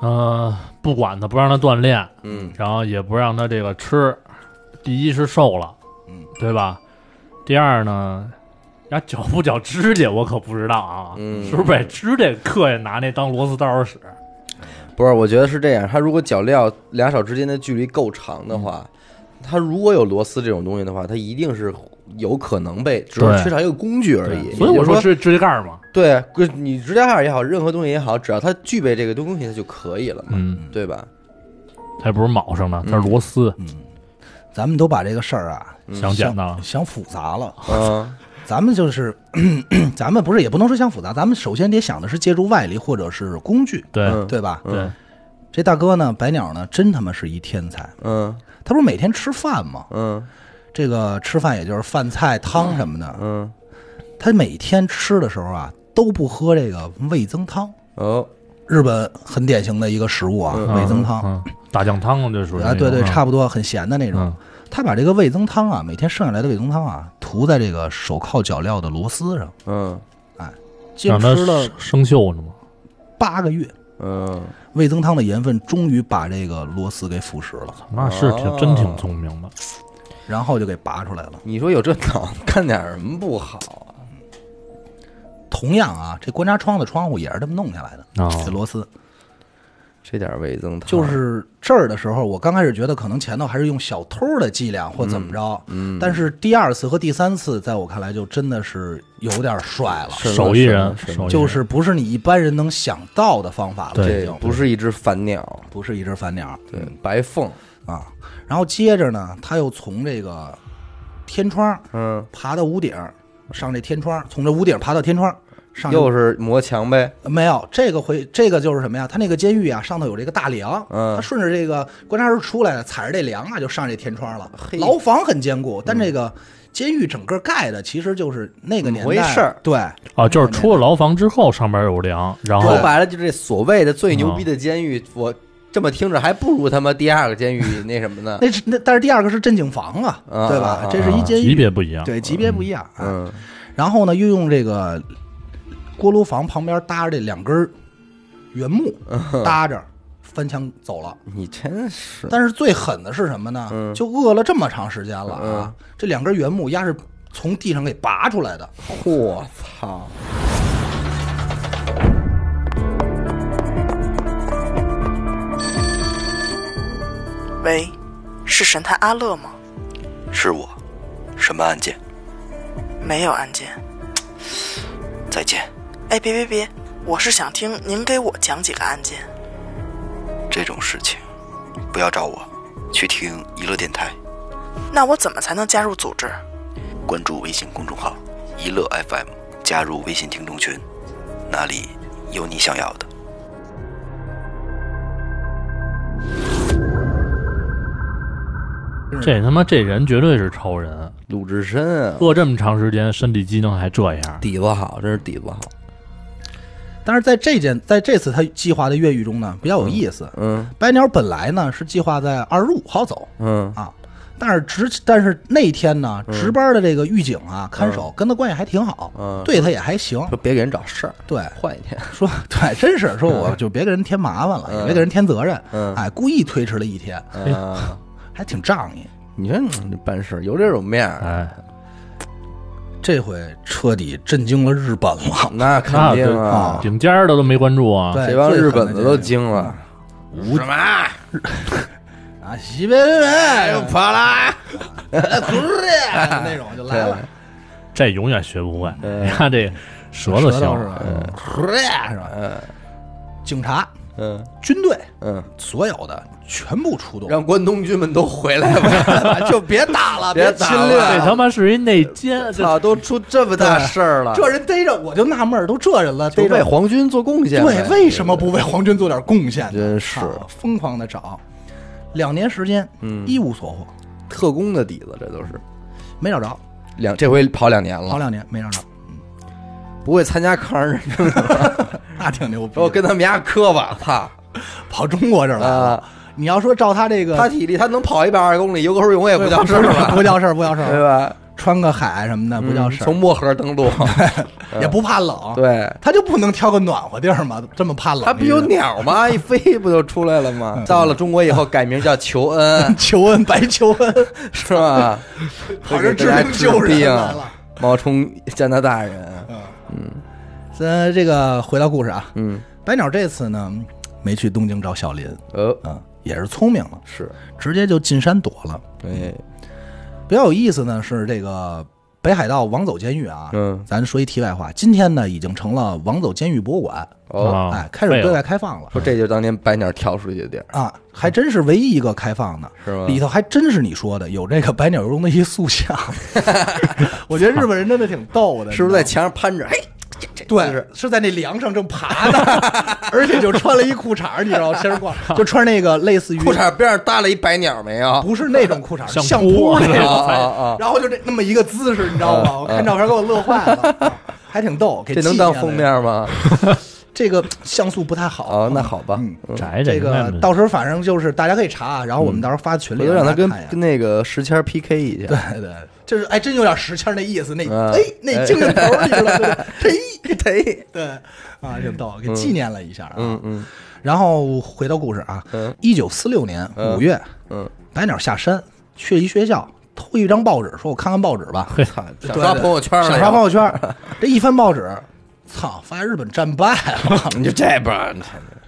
S3: 呃，不管他，不让他锻炼，嗯，然后也不让他这个吃。第一是瘦了，嗯，对吧？第二呢，人家绞
S1: 嗯
S3: 不绞指甲我可不知道啊，是不是把指甲刻下拿那当螺丝刀使？
S1: 不是，我觉得是这样，它如果脚镣俩手之间的距离够长的话，
S3: 嗯
S1: 它如果有螺丝这种东西的话，它一定是有可能被，只
S3: 对
S1: 是缺少一个工具而已。
S3: 所以
S1: 也
S3: 我
S1: 就是
S3: 说
S1: 说，
S3: 指指甲盖儿嘛，
S1: 对，跟你指甲盖儿也好，任何东西也好，只要它具备这个东西，它就可以了嘛，
S3: 嗯，
S1: 对吧？
S3: 它也不是铆上的，
S1: 嗯
S3: 它是螺丝，
S2: 咱们都把这个事儿啊
S3: 嗯想简单了
S2: 想，想复杂了。
S1: 嗯，
S2: 咱们就是， 咱们不是也不能说想复杂，咱们首先得想的是借助外力或者是工具，
S3: 对
S1: 嗯
S2: 对吧？
S3: 对，
S2: 这大哥呢，白鸟呢，真他妈是一天才。
S1: 嗯
S2: 他不是每天吃饭吗？
S1: 嗯
S2: 这个吃饭也就是饭菜汤什么的。
S1: 嗯，
S2: 他每天吃的时候啊，都不喝这个味增汤，
S1: 哦，
S2: 日本很典型的一个食物啊，
S1: 嗯
S2: 味增汤。
S3: 嗯，打酱汤这属于
S2: 啊，
S3: 那种
S2: 对对，
S3: 嗯
S2: 差不多，很咸的那种。
S3: 嗯
S2: 他把这个味增汤啊，每天剩下来的味增汤啊，涂在这个手铐脚镣的螺丝上，
S1: 嗯
S2: 坚
S3: 让它
S2: 持了
S3: 生锈呢嘛，
S2: 八个月，
S1: 嗯，
S2: 味增汤的盐分终于把这个螺丝给腐蚀了，
S3: 那是挺真
S1: 哦
S3: 挺聪明的，
S2: 然后就给拔出来了。
S1: 你说有这脑子干点什么不好啊？
S2: 同样啊，这观察窗的窗户也是这么弄下来的，
S3: 哦
S2: 这螺丝
S1: 这点味增汤
S2: 就是这儿的时候，我刚开始觉得可能前头还是用小偷的伎俩或怎么着，嗯，但是第二次和第三次，在我看来就真的是有点帅了。
S1: 是的
S3: 手艺人，
S1: 是的是的
S3: 手艺人
S2: 就是不是你一般人能想到的方法了，
S3: 对
S2: 已
S1: 这
S2: 经
S1: 不是一只反鸟，
S2: 不是一只反鸟，
S1: 对，
S3: 嗯
S1: 白凤，
S2: 啊。然后接着呢，他又从这个天窗
S1: 嗯，
S2: 爬到屋顶，上这天窗，从这屋顶爬到天窗，上这
S1: 又是磨墙呗，
S2: 没有这个回这个就是什么呀？他那个监狱啊，上头有这个大梁，
S1: 嗯
S2: 他顺着这个观察室出来，踩着这梁啊，就上这天窗了
S1: 嘿。嗯
S2: 牢房很坚固，但这个监狱整个盖的其实就是那个
S1: 怎嗯
S2: 年代
S1: 么回事儿
S2: 对
S3: 啊，
S2: 嗯
S3: 就是出了牢房之后上边有梁，
S2: 哦
S3: 然后
S1: 说白了就是这所谓的最牛逼的监狱，我这么听着还不如他妈第二个 监狱那什么呢？
S2: 那是那但是第二个是镇静房啊，
S1: 啊
S2: 对
S1: 啊
S2: 吧
S1: 啊？
S2: 这是一
S3: 啊
S2: 监
S3: 级
S2: 狱，
S3: 别不一样，
S2: 对级别不一样。啊。
S1: 嗯
S2: 然后呢，又用这个锅炉房旁边搭着这两根儿原木
S1: 嗯
S2: 搭着翻墙走了。
S1: 你真是，
S2: 但是最狠的是什么呢？
S1: 嗯
S2: 就饿了这么长时间了啊，这两根原木压是从地上给拔出来的，
S1: 我操！
S4: 喂，是神探阿乐吗？
S5: 是我，什么案件？
S4: 没有案件。
S5: 再见，
S4: 哎，别别别，我是想听您给我讲几个案件。
S5: 这种事情不要找我，去听娱乐电台，
S4: 那我怎么才能加入组织？
S5: 关注微信公众号“娱乐 FM”，加入微信听众群，那里有你想要的。
S3: 这他妈这人绝对是超人，
S1: 鲁智深啊，
S3: 饿这么长时间，身体机能还这样，
S1: 底子好，真是底子好。
S2: 但是在这件在这次他计划的越狱中呢，比较有意思。
S1: 嗯
S2: 白鸟本来呢是计划在二十五号走
S1: 嗯
S2: 啊，但是值但是那天呢值班的这个狱警啊看守跟他关系还挺好，
S1: 嗯
S2: 对他也还行。
S1: 说别给人找事儿，
S2: 对，
S1: 换一天。
S2: 说 对，真是说我就别给人添麻烦了，也别给人添责任，
S1: 嗯
S2: 哎，故意推迟了一天，
S1: 啊，
S2: 还挺仗义。
S1: 你说你办事有这种面儿，
S3: 哎，
S2: 这回彻底震惊了日本了。
S1: 那
S3: 那
S1: 肯定啊，
S3: 顶尖儿的都没关注啊，
S2: 对
S1: 这帮
S2: 最狠
S1: 日
S2: 的
S1: 本的
S2: 这
S1: 都
S2: 个
S1: 惊了。什么？
S2: 啊，西北人
S1: 嗯
S2: 又跑
S1: 啦！
S2: 了，那种就来了，
S3: 这永远学不会，你看这舌头
S2: 舌
S3: 行
S2: 头是吧？是吧？警察、
S1: 嗯
S2: 军队，
S1: 嗯，
S2: 所有的全部出动，
S1: 让关东军们都回来吧， 就别打了，
S2: 别
S1: 侵
S2: 打了
S1: 略
S3: 这
S1: 了
S3: 他。妈是一内奸，这
S1: 操，啊都出这么大事儿了，
S2: 这人逮着我就纳闷儿，都这人了，
S1: 就
S2: 逮着
S1: 为皇军做贡献呗。
S2: 对，为什么不为皇军做点贡献呢？
S1: 真是
S2: 啊疯狂的找，两年时间，
S1: 嗯
S2: 一无所获，
S1: 特工的底子？这都是
S2: 没找着，
S1: 两，这回跑两年
S2: 跑
S1: 了，
S2: 两年没找着，
S1: 不会参加抗日 战争，
S2: 那挺牛逼
S1: 我
S2: 的，
S1: 哦跟他们家磕吧，操！
S2: 跑中国这儿来了
S1: 啊。
S2: 你要说照他这个，
S1: 他体力，他能跑一百二十公里，游个游泳也不叫事儿
S2: 不
S1: 了，
S2: 叫事儿，不叫事
S1: 对
S2: 儿，
S1: 吧？
S2: 穿个海什么的不叫事
S1: 嗯
S2: 儿，
S1: 从漠河登 陆，
S2: 也不怕冷。，
S1: 对，
S2: 他就不能挑个暖和地儿吗？这么怕冷，，
S1: 他不有鸟吗？一飞不就出来了吗？到了中国以后改名叫求恩
S2: 求恩白求恩，
S1: 是吧？
S2: 跑这治病救人啊来了。
S1: 冒充加拿大人，
S2: 咱这个回到故事啊，
S1: 嗯
S2: 白鸟这次呢，没去东京找小林，
S1: 呃，
S2: 嗯，也是聪明了，
S1: 是，
S2: 直接就进山躲了。
S1: 哎，
S2: 比较有意思呢是这个北海道王走监狱啊，
S1: 嗯，
S2: 咱说一题外话，今天呢已经成了王走监狱博物馆，
S1: 哦，
S3: 啊
S2: 哎，开始
S3: 废了
S2: 对外开放了
S1: 说这就是当年白鸟跳出去的地儿，
S2: 啊，还真是唯一一个开放的。
S1: 是吗？
S2: 里头还真是你说的，有这个白鸟中的一塑 像，我觉得日本人真的挺逗的，
S1: 是不是在
S2: 你
S1: 墙上攀着？嘿，这这
S2: 知道吗？
S1: 就是
S2: 对，是在那梁上正爬呢， 而且就穿了一裤衩儿，你知 道吗，先是逛，就穿那个类似于
S1: 裤衩边上搭了一白鸟没有？
S2: 不是那种裤衩，
S3: 相
S2: 相
S3: 扑
S2: 扑那
S1: 啊
S2: 种，
S1: 啊啊！
S2: 然后就这那么一个姿势，你知道吗？
S1: 嗯
S2: 我看照片给我乐坏了， 啊还挺逗。给
S1: 这能
S2: 记下来
S1: 当封？面吗？
S2: 这个像素不太好
S1: 哦，那好吧，
S2: 嗯
S3: 宅
S2: 这个
S3: 个
S2: 到时候反正就是大家可以查，然后我们到时候发群里
S1: 回头嗯让
S2: 大
S1: 他
S2: 家
S1: 跟
S2: 看一
S1: 跟
S2: 眼。
S1: 那个石谦 PK 一下。
S2: 对对，就是哎，真有点石谦那意思，那
S1: 嗯
S2: 哎那精神头儿，你知 道
S1: 哎
S2: 吗？
S1: 对，对，
S2: 对啊，挺逗，给纪念了一下啊。
S1: 嗯嗯
S2: 然后回到故事啊
S1: 嗯，
S2: 一九四六年
S1: 嗯
S2: 五月，
S1: 嗯，
S2: 白鸟下山去一学校偷一张报纸，说我看看报纸吧。
S1: 操，想
S2: 对
S1: 刷
S2: 对
S1: 朋友 圈了，
S2: 想刷朋友圈儿。这一翻报纸，操，发现日本战败 了，
S1: 你就这边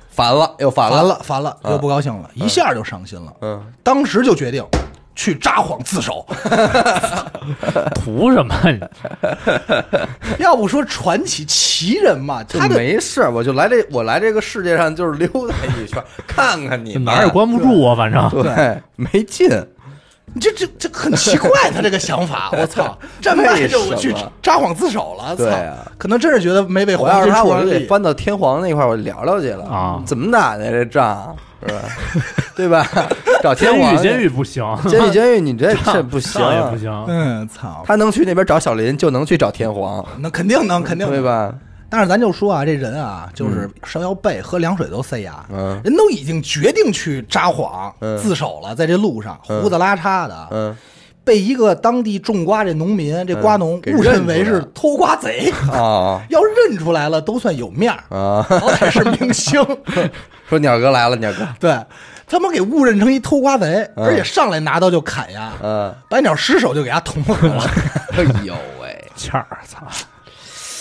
S1: 烦了，又烦
S2: 烦
S1: 了，
S2: 了，烦了，又不高兴了，一下就伤心了。
S1: 嗯，
S2: 当时就决定去札幌 自首。
S3: 图什么？
S2: 要不说传奇奇人嘛，
S1: 就
S2: 他的
S1: 没事儿，我就来这，我来这个世界上就是溜达一 圈，看看你
S3: 这
S1: 们
S3: 哪儿也关不住啊，反正
S1: 对，没劲，
S2: 这这这很奇怪，他这个想法，我操，战败就我去
S1: 为什么
S2: 札幌自首了，
S1: 对
S2: 操
S1: 啊，
S2: 可能真是觉得没被
S1: 我
S2: 皇
S1: 要
S2: 军
S1: 是他，
S2: 处
S1: 我就
S2: 人
S1: 得
S2: 力。
S1: 翻到天皇那块儿，我聊聊去了
S3: 啊
S1: 怎么打的这仗是 吧？对吧？找天
S3: 监
S1: 皇
S3: 狱
S1: 去
S3: 监狱不行，
S1: 监狱监狱，你这这不行
S3: 上
S1: 啊
S3: 也不，行。
S2: 嗯，操，
S1: 他能去那边找小林，就能去找天皇，
S2: 那肯定能，肯定
S1: 对
S2: 能。
S1: 吧？
S2: 但是咱就说啊，这人啊，就是烧腰背、喝凉水都塞牙，
S1: 嗯
S2: 人都已经决定去札幌、
S1: 嗯
S2: 自首了，在这路上胡子拉碴的，
S1: 嗯，
S2: 被一个当地种瓜这农民这瓜农
S1: 嗯给
S2: 误
S1: 认
S2: 认
S1: 出
S2: 为
S1: 来
S2: 是
S1: 了
S2: 偷瓜 贼，
S1: 哦
S2: 要认出来了都算有面儿，
S1: 啊，
S2: 好歹是 明星，
S1: 说鸟哥来了，鸟哥，
S2: 对他妈给误认成一偷瓜贼，
S1: 嗯
S2: 而且上来拿刀就砍呀，
S1: 嗯，
S2: 白鸟失手就给他捅死了。
S1: 哎呦喂，
S3: 欠儿，操！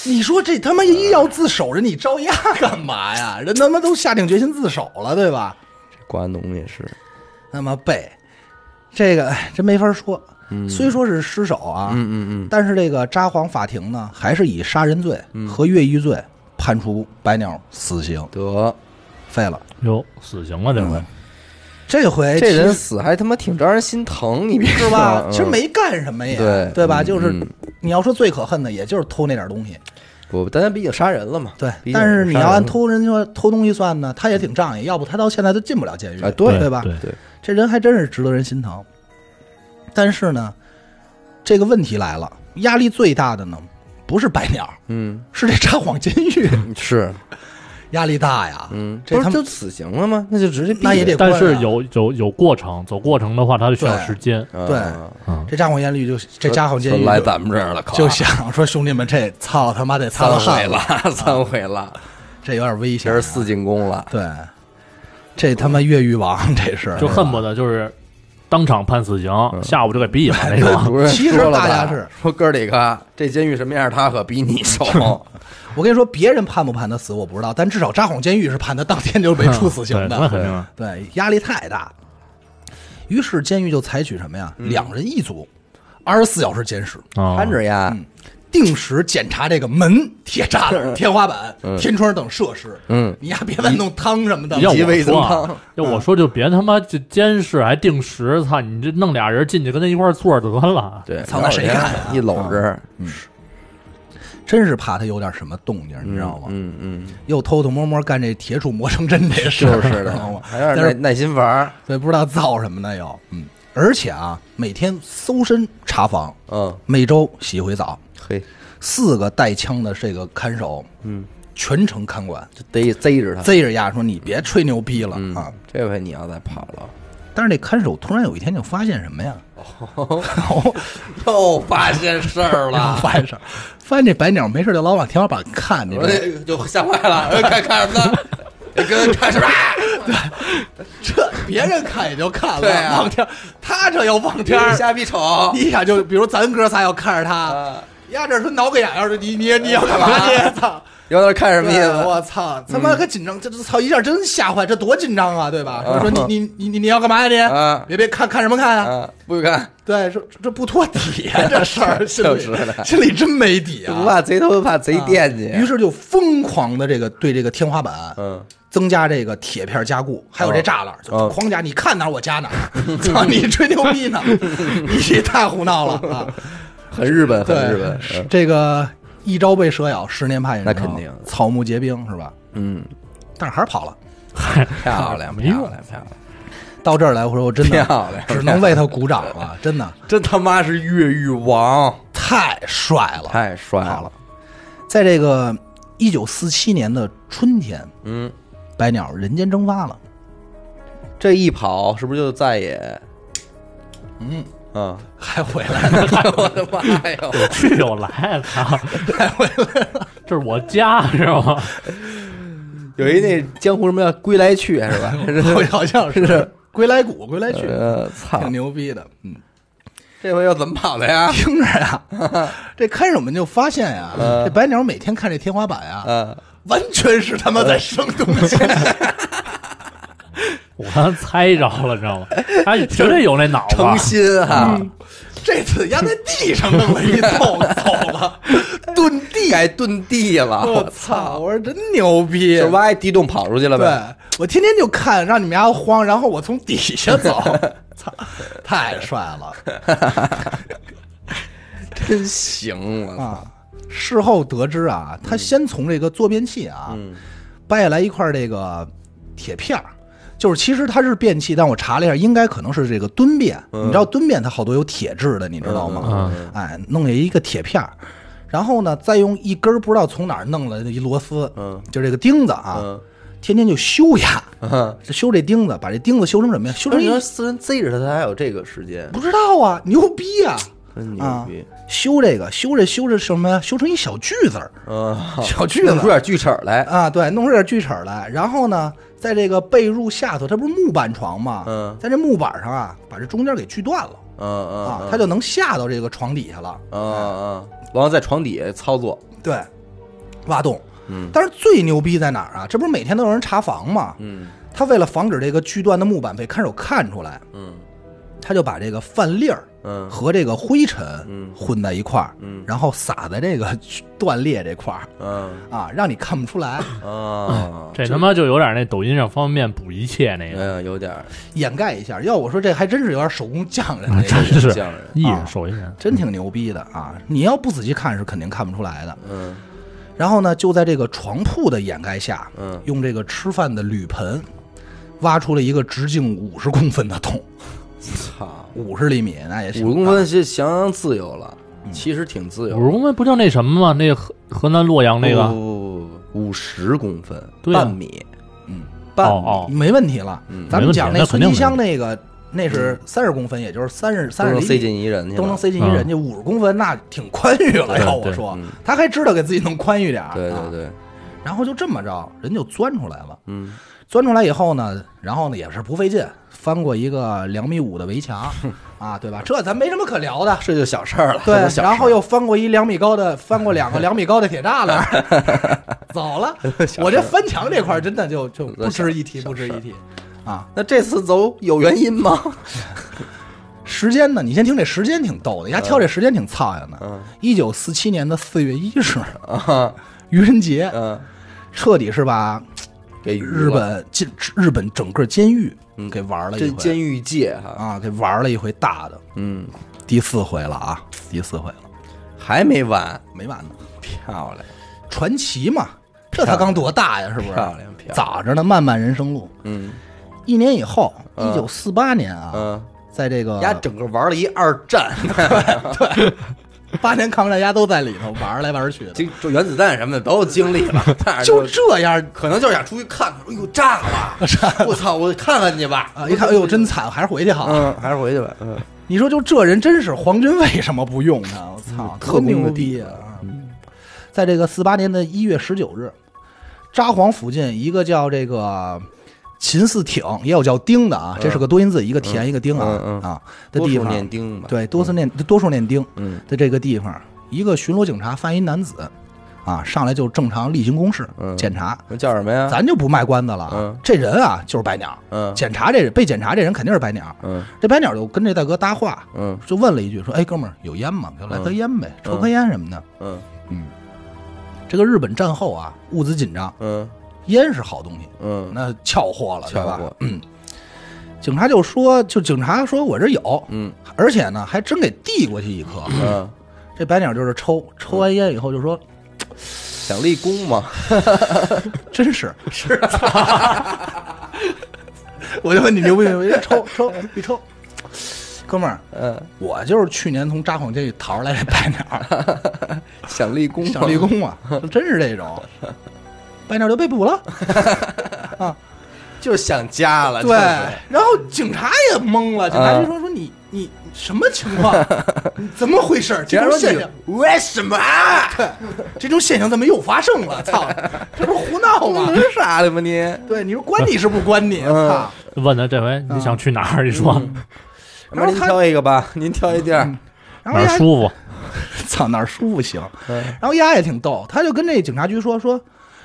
S2: 你说这他妈一要自首，人你招压干嘛呀？人他妈都下定决心自首了，对吧？
S1: 瓜农也是，
S2: 那么背，这个哎真没法说。虽说是失手啊，
S1: 嗯嗯嗯
S2: 但是这个札幌法庭呢，还是以杀人罪和越狱罪判处白鸟死刑
S1: 嗯，，得，
S2: 废了。
S3: 哟，死刑了这回。
S2: 这回
S1: 这人
S2: 其实
S1: 哎死还他妈挺招人心疼，你别
S2: 是
S1: 说
S2: 吧？
S1: 嗯
S2: 其实没干什么也，
S1: 对
S2: 吧？
S1: 嗯
S2: 就是
S1: 嗯
S2: 你要说最可恨的，也就是偷那点东西。
S1: 不，但他毕竟杀人了嘛，
S2: 对
S1: 毕，竟
S2: 但是你
S1: 杀
S2: 要
S1: 人
S2: 按
S1: 了
S2: 偷人说偷东西算呢，他也挺仗义，要不他到现在都进不了监狱
S1: 啊对
S2: 对吧？
S3: 对
S1: 对，
S2: 这人还真是值得人心疼。但是呢，这个问题来了，压力最大的呢，不是白 鸟，
S1: 嗯，
S2: 是这札幌监狱
S1: 是，压
S2: 压力大呀。
S1: 嗯，
S2: 这
S1: 不
S2: 他
S1: 是
S2: 们
S1: 就死刑了吗？那就直接
S2: 那也得
S3: 但是
S2: 关啊
S3: 有有有过程，走过程的话，他就需要
S2: 对
S3: 时间。
S2: 对
S1: 啊
S3: 嗯，
S2: 这札幌监狱就这札幌监狱
S1: 就来
S2: 就
S1: 咱们这儿了，靠
S2: 就想说兄弟们，这操他妈得擦擦
S1: 三
S2: 汗
S1: 回了，，三回
S2: 啊
S1: 了，
S2: 这有点危
S1: 这
S2: 险啊、
S1: 是四进宫了，
S2: 对，这他妈越狱王
S1: 嗯
S2: 这是
S3: 就恨不得就是当场判死刑，
S2: 嗯
S3: 下午就给毙了那
S1: 这
S3: 种。
S1: 主任
S2: 啊其实
S1: 说了
S2: 大家
S1: 吧
S2: 是
S1: 说哥儿几个，这监狱什么样，他可比你熟，
S2: 我跟你说，别人判不判他死我不知道，但至少札幌监狱是判他当天
S1: 嗯
S2: 就被处死刑
S3: 对，
S2: 的。
S3: 那肯定啊。
S2: 对，压力太大。于是监狱就采取什么呀？
S1: 嗯
S2: 两人一组，二十四小时监视，
S3: 啊
S1: 看着呀，
S2: 嗯定时检查这个门、铁栅栏、天花板、天窗等设施。
S1: 嗯，
S2: 你呀，别再弄汤什么的。
S3: 要
S1: 极
S3: 我
S1: 为
S3: 说
S1: 增汤
S3: 啊，要
S2: 嗯
S3: 我说就别他妈就监视还定时，操你这弄俩人进去跟他一块儿坐着得 了。
S1: 对，
S2: 操那谁干啊
S1: 一搂着，
S2: 真是怕他有点什么动静，你知道吗？
S1: 嗯嗯，
S2: 又偷偷摸摸干这铁杵磨成针这事
S1: 就
S2: 儿，
S1: 是
S2: 知道
S1: 的
S2: 吗，？
S1: 还有
S2: 但
S1: 点
S2: 是
S1: 耐耐心玩儿，
S2: 对，不知道造什么的又，嗯，而且啊，每天搜身查房，
S1: 嗯，
S2: 每周洗一回澡，
S1: 嘿，
S2: 四个带枪的这个看守，嗯，全程看管，
S1: 就逮贼着他，
S2: 贼着牙说你别吹牛逼了、
S1: 嗯
S2: 啊！
S1: 这回你要再跑了，
S2: 但是那看守突然有一天就发现什么呀？
S1: 哦 又发现事儿
S2: 然后。发现事儿，发现这白鸟没事就老往天花板看，你
S1: 我
S2: 知道吗？
S1: 这哎就吓坏了，看看什么呢？哎跟看什么？啊
S2: 这别人看也就看
S1: 对
S2: 了，
S1: 啊嗯
S2: 往天，他这要往天儿，
S1: 瞎逼瞅，
S2: 一下就，比如咱哥仨要看着他，
S1: 啊哎
S2: 呀，这是挠个痒痒的，你你你要干嘛 去？操！
S1: 有点 看什么意
S2: 对
S1: 思？
S2: 哎我操，他妈可紧张，这这操一下真吓坏，这多紧张啊，对吧？
S1: 嗯
S2: 说你你你你你要干嘛呀
S1: 啊
S2: 你？别别看看什么看啊？
S1: 啊，不许看，
S2: 对，说这不托底 啊，这事儿心
S1: 是
S2: 里
S1: 的
S2: 心里真没底
S1: 不
S2: 啊。
S1: 怕贼头，怕贼惦记。
S2: 于是就疯狂的这个对这个天花板，
S1: 嗯，
S2: 增加这个铁片加固，还有这栅栏，就
S1: 哦
S2: 狂加。你看哪儿我加哪 儿，操你吹牛逼呢？你太胡闹了 啊！
S1: 很日本，很日
S2: 对
S1: 本。，嗯
S2: 这个一朝被蛇咬，十年怕井绳，
S1: 那肯定
S2: 草木皆兵是吧？
S1: 嗯，
S2: 但是还是跑了。
S1: 漂亮，
S3: 没用
S1: 漂亮，漂亮，
S2: 到这儿来，我说我真 的
S1: 漂亮
S2: 只能为他鼓掌 了，真的
S1: 真他妈是越狱王，
S2: 太帅了。
S1: 太帅
S2: 好了。在这个一九四七年的春天，
S1: 嗯，
S2: 百鸟人间蒸 发了，
S1: 这一跑是不是就再也？ 嗯
S2: 还回来了。
S1: 啊，我的妈呀！
S3: 去就来， 操！这是我家是吗？
S1: 有一那江湖什么叫归来去是 吧？
S2: 好像是 归来谷，归来去，
S1: 呃，操
S2: 挺，牛逼的。嗯，
S1: 这回又怎么跑的 呀？
S2: 听着呀，这开始我们就发现呀，这白鸟每天看这天花板呀，
S1: 呃，
S2: 完全是他妈在生东 西。
S3: 我刚猜着了，你知道吗？他绝对有那脑子，
S1: 诚心啊，
S2: 这次压在地上弄了一 洞，走了，遁地。
S1: 改遁地了，
S2: 我
S1: 我
S2: 操！我说真牛逼，
S1: 就挖一地洞跑出去了呗。
S2: 对我天天就看，让你们家慌，然后我从底下 走，操，太帅了
S1: 真行，我操！
S2: 啊！事后得知啊，他先从这个坐便器啊、掰下来一块这个铁片儿。就是其实它是便器，但我查了一下，应该可能是这个蹲便。你知道蹲便它好多有铁质的，你知道吗？哎，弄下一个铁片儿，然后呢，再用一根儿不知道从哪儿弄了一螺丝，嗯，就这个钉子啊，天天就修呀，
S1: 嗯
S2: 修这钉子，把这钉子修成什么呀？修
S1: 不
S2: 成
S1: 是
S2: 一
S1: 你说私人贼着他，他还有这个时间，
S2: 不知道啊，牛逼啊！
S1: 真牛
S2: 啊
S1: 逼！，
S2: 修这个，修这修这什么呀？修成一小锯子儿
S1: 嗯，
S2: 小锯
S1: 弄出
S2: 子
S1: 点锯齿儿来，
S2: 啊，对，弄出点锯齿儿来。然后呢，在这个被褥下头，它不是木板床吗？
S1: 嗯
S2: 在这木板上啊，把这中间给锯断了
S1: 嗯嗯
S2: 啊，
S1: 嗯
S2: 它就能下到这个床底下了。
S1: 嗯嗯，然后在床底下操作，
S2: 对，挖洞。嗯，但是最牛逼在哪儿啊？这不是每天都有人查房吗？
S1: 嗯
S2: 他为了防止这个锯断的木板被看守看出来，
S1: 嗯
S2: 他就把这个饭粒儿
S1: 嗯
S2: 和这个灰尘
S1: 嗯
S2: 混在一块儿，
S1: 嗯
S2: 然后撒在这个 断裂这块儿
S1: 嗯
S2: 啊，让你看不 出来，
S1: 啊，
S3: 这他妈就有点那抖音上方便面补一切那个，
S1: 嗯有点儿
S2: 掩盖一下。要我说，这还真是有点手工匠人那
S3: 啊 真
S2: 个，
S3: 是
S1: 匠人
S3: 艺
S2: 啊
S3: 人手艺人。
S2: 真挺牛逼的啊！你要不仔细看是肯定看不出来的。
S1: 嗯
S2: 然后呢，就在这个床铺的掩盖下，
S1: 嗯
S2: 用这个吃饭的铝盆挖出了一个直径五十公分的洞，
S1: 操，
S2: 五十厘米那也行，啊
S1: 五公分是相当自由了，
S2: 嗯
S1: 其实挺自由
S3: 五十
S1: 的。
S3: 公分不就那什么吗？那个河河南洛阳那
S1: 不
S3: 个，
S1: 不不不，五十公分，
S3: 对啊
S1: 半米，
S2: 嗯，
S1: 半嗯
S3: 哦哦
S1: 米，
S2: 没问题了。咱们
S3: 没问题啊
S2: 讲
S3: 那肯
S2: 孙
S3: 定
S2: 吉
S3: 没
S2: 香那个，那是三十公分，也就是三十
S1: 嗯都
S2: 三十
S1: 能
S2: 厘
S1: 塞
S2: 米。
S1: 进一人去了，
S2: 都能塞进一
S3: 嗯
S2: 人家五十公分，那挺宽裕了。
S3: 对
S2: 要我
S3: 对
S2: 说，他还知道给自己弄宽裕点儿。
S1: 嗯对对
S2: 啊。
S1: 对，
S2: 然后就这么着，人就钻出来了。
S1: 嗯
S2: 钻出来以后呢，然后呢也是不费劲，翻过一个两米五的 围墙，啊，对吧？这咱没什么可聊的。
S1: 这就小事儿了，
S2: 对
S1: 这就，小事儿
S2: 然后又翻过一两米高的，翻过两个两米高的铁栅栏， 走了。我这翻墙这块儿真的就就不值一提，不值一提。啊，
S1: 那这次走有原因吗？
S2: 时间呢？你先听这时间挺逗的，
S1: 嗯
S2: 人家挑这时间挺操样的。一九四七年的四月一日，
S1: 啊，
S2: 愚人节，
S1: 嗯，
S2: 彻底是把
S1: 给娱乐
S2: 日本监日本整个监狱给玩了一
S1: 这
S2: 回，
S1: 嗯监狱界哈，
S2: 啊，给玩了一回大的，
S1: 嗯，
S2: 第四回了啊，第四回了，
S1: 还没完，
S2: 没完呢。
S1: 漂亮，
S2: 传奇嘛，这才刚多大呀，是不是？
S1: 漂亮漂亮
S2: 早着呢，漫漫人生路。
S1: 嗯
S2: 一年以后，一九四八年啊，
S1: 嗯，
S2: 在这个
S1: 丫整个玩了一二战，
S2: 八年抗战，丫都在里头玩来玩去的，
S1: 经就原子弹什么的都经历 了，但是
S2: 就这样
S1: 可能就是想出去看看，哎呦 炸了，我操，我看看去吧，
S2: 啊！一看，哎呦，真惨，还是回去好。
S1: 嗯，还是回去吧，嗯，
S2: 你说就这人真是黄真为什么不用呢？我操，
S1: 嗯特
S2: 多
S1: 工
S2: 牛
S1: 的
S2: 逼啊！在这个四八年的一月十九日，札幌附近一个叫这个秦四挺，也有叫丁的啊，这是个多音字，一个田一个丁啊
S1: 嗯嗯嗯
S2: 啊的
S1: 多
S2: 地
S1: 数
S2: 方，
S1: 念丁吧，
S2: 对，多数念多数念丁
S1: 嗯
S2: 的这个地方，一个巡逻警察犯一男子，啊，上来就正常例行公事
S1: 嗯
S2: 检查，
S1: 叫什么呀？
S2: 咱就不卖关子了啊。
S1: 嗯
S2: 这人啊，就是白鸟。
S1: 嗯
S2: 检查这人被检查这人肯定是白鸟。
S1: 嗯
S2: 这白鸟就跟这大哥搭话，
S1: 嗯
S2: 就问了一句说：“哎，哥们儿，有烟吗？就来
S1: 嗯
S2: 根烟呗，抽
S1: 嗯
S2: 根烟什么的。
S1: 嗯”
S2: 这个日本战后啊，物资紧张，
S1: 嗯
S2: 烟是好东西，
S1: 嗯，
S2: 那俏货了，对
S1: 跳
S2: 吧？嗯
S1: 过，
S2: 警察就说，就警察说我这有，
S1: 嗯
S2: 而且呢还真给递过去一颗。
S1: 嗯，
S2: 这白鸟就是抽，抽完烟以后就说，
S1: 想立功 嘛？
S2: 真是是，
S1: 啊
S2: 我就问你牛不牛逼？抽抽一抽，哥们儿，
S1: 嗯，
S2: 我就是去年从札幌监狱逃出来这白鸟，
S1: 想立功，
S2: 想立，功嘛，真是这种，白鸟就被捕了。
S1: 就是想家了。
S2: 对
S1: 就是，啊
S2: 然后警察也懵了，警察就说说你你什么情 况？你怎么回事？
S1: 警
S2: 这
S1: 察
S2: 种
S1: 说
S2: 现象，
S1: 你为什么？
S2: 这种现象怎么又发生了？操，这不是胡闹吗？
S1: 你傻了吧你？
S2: 对，你说关你是不关你？
S1: 嗯
S2: 操！
S3: 问他这回你想去哪儿？你说
S2: 嗯
S1: 要不您挑一个吧， 您挑一地儿。
S2: 然
S3: 哪
S2: 后
S3: 儿
S2: 丫
S3: 舒服？
S2: 操哪儿舒服行。
S1: 嗯
S2: 然后丫也挺逗，他就跟这警察局说说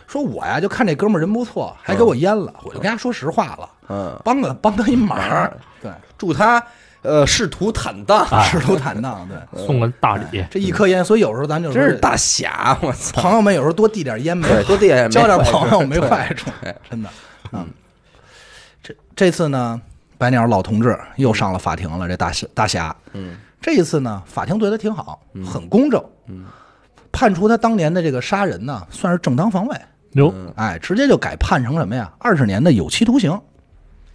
S2: 说我呀，就看这哥们儿人不错，还给我淹了，我就跟他说实话了，
S1: 嗯，
S2: 帮个帮他一忙儿。对，
S1: 祝他呃仕途坦荡，
S2: 石头坦荡。对，
S3: 送个大礼，
S2: 这一颗烟，所以有时候咱就
S1: 真嗯是
S2: 说
S1: 大侠！我操，
S2: 朋友们有时候多递点烟没
S1: 对，多递点
S2: 交点
S1: 没坏处
S2: 朋友没
S1: 对
S2: 坏处
S1: 对，
S2: 真的。嗯，这这次呢，白鸟老同志又上了法庭了，这大侠大侠。
S1: 嗯，
S2: 这一次呢，法庭对他挺好，很公正。嗯，判处他当年的这个杀人呢，算是正当防卫。
S3: 哟，
S2: 哎，直接就改判成什么呀？二十年的有期徒刑。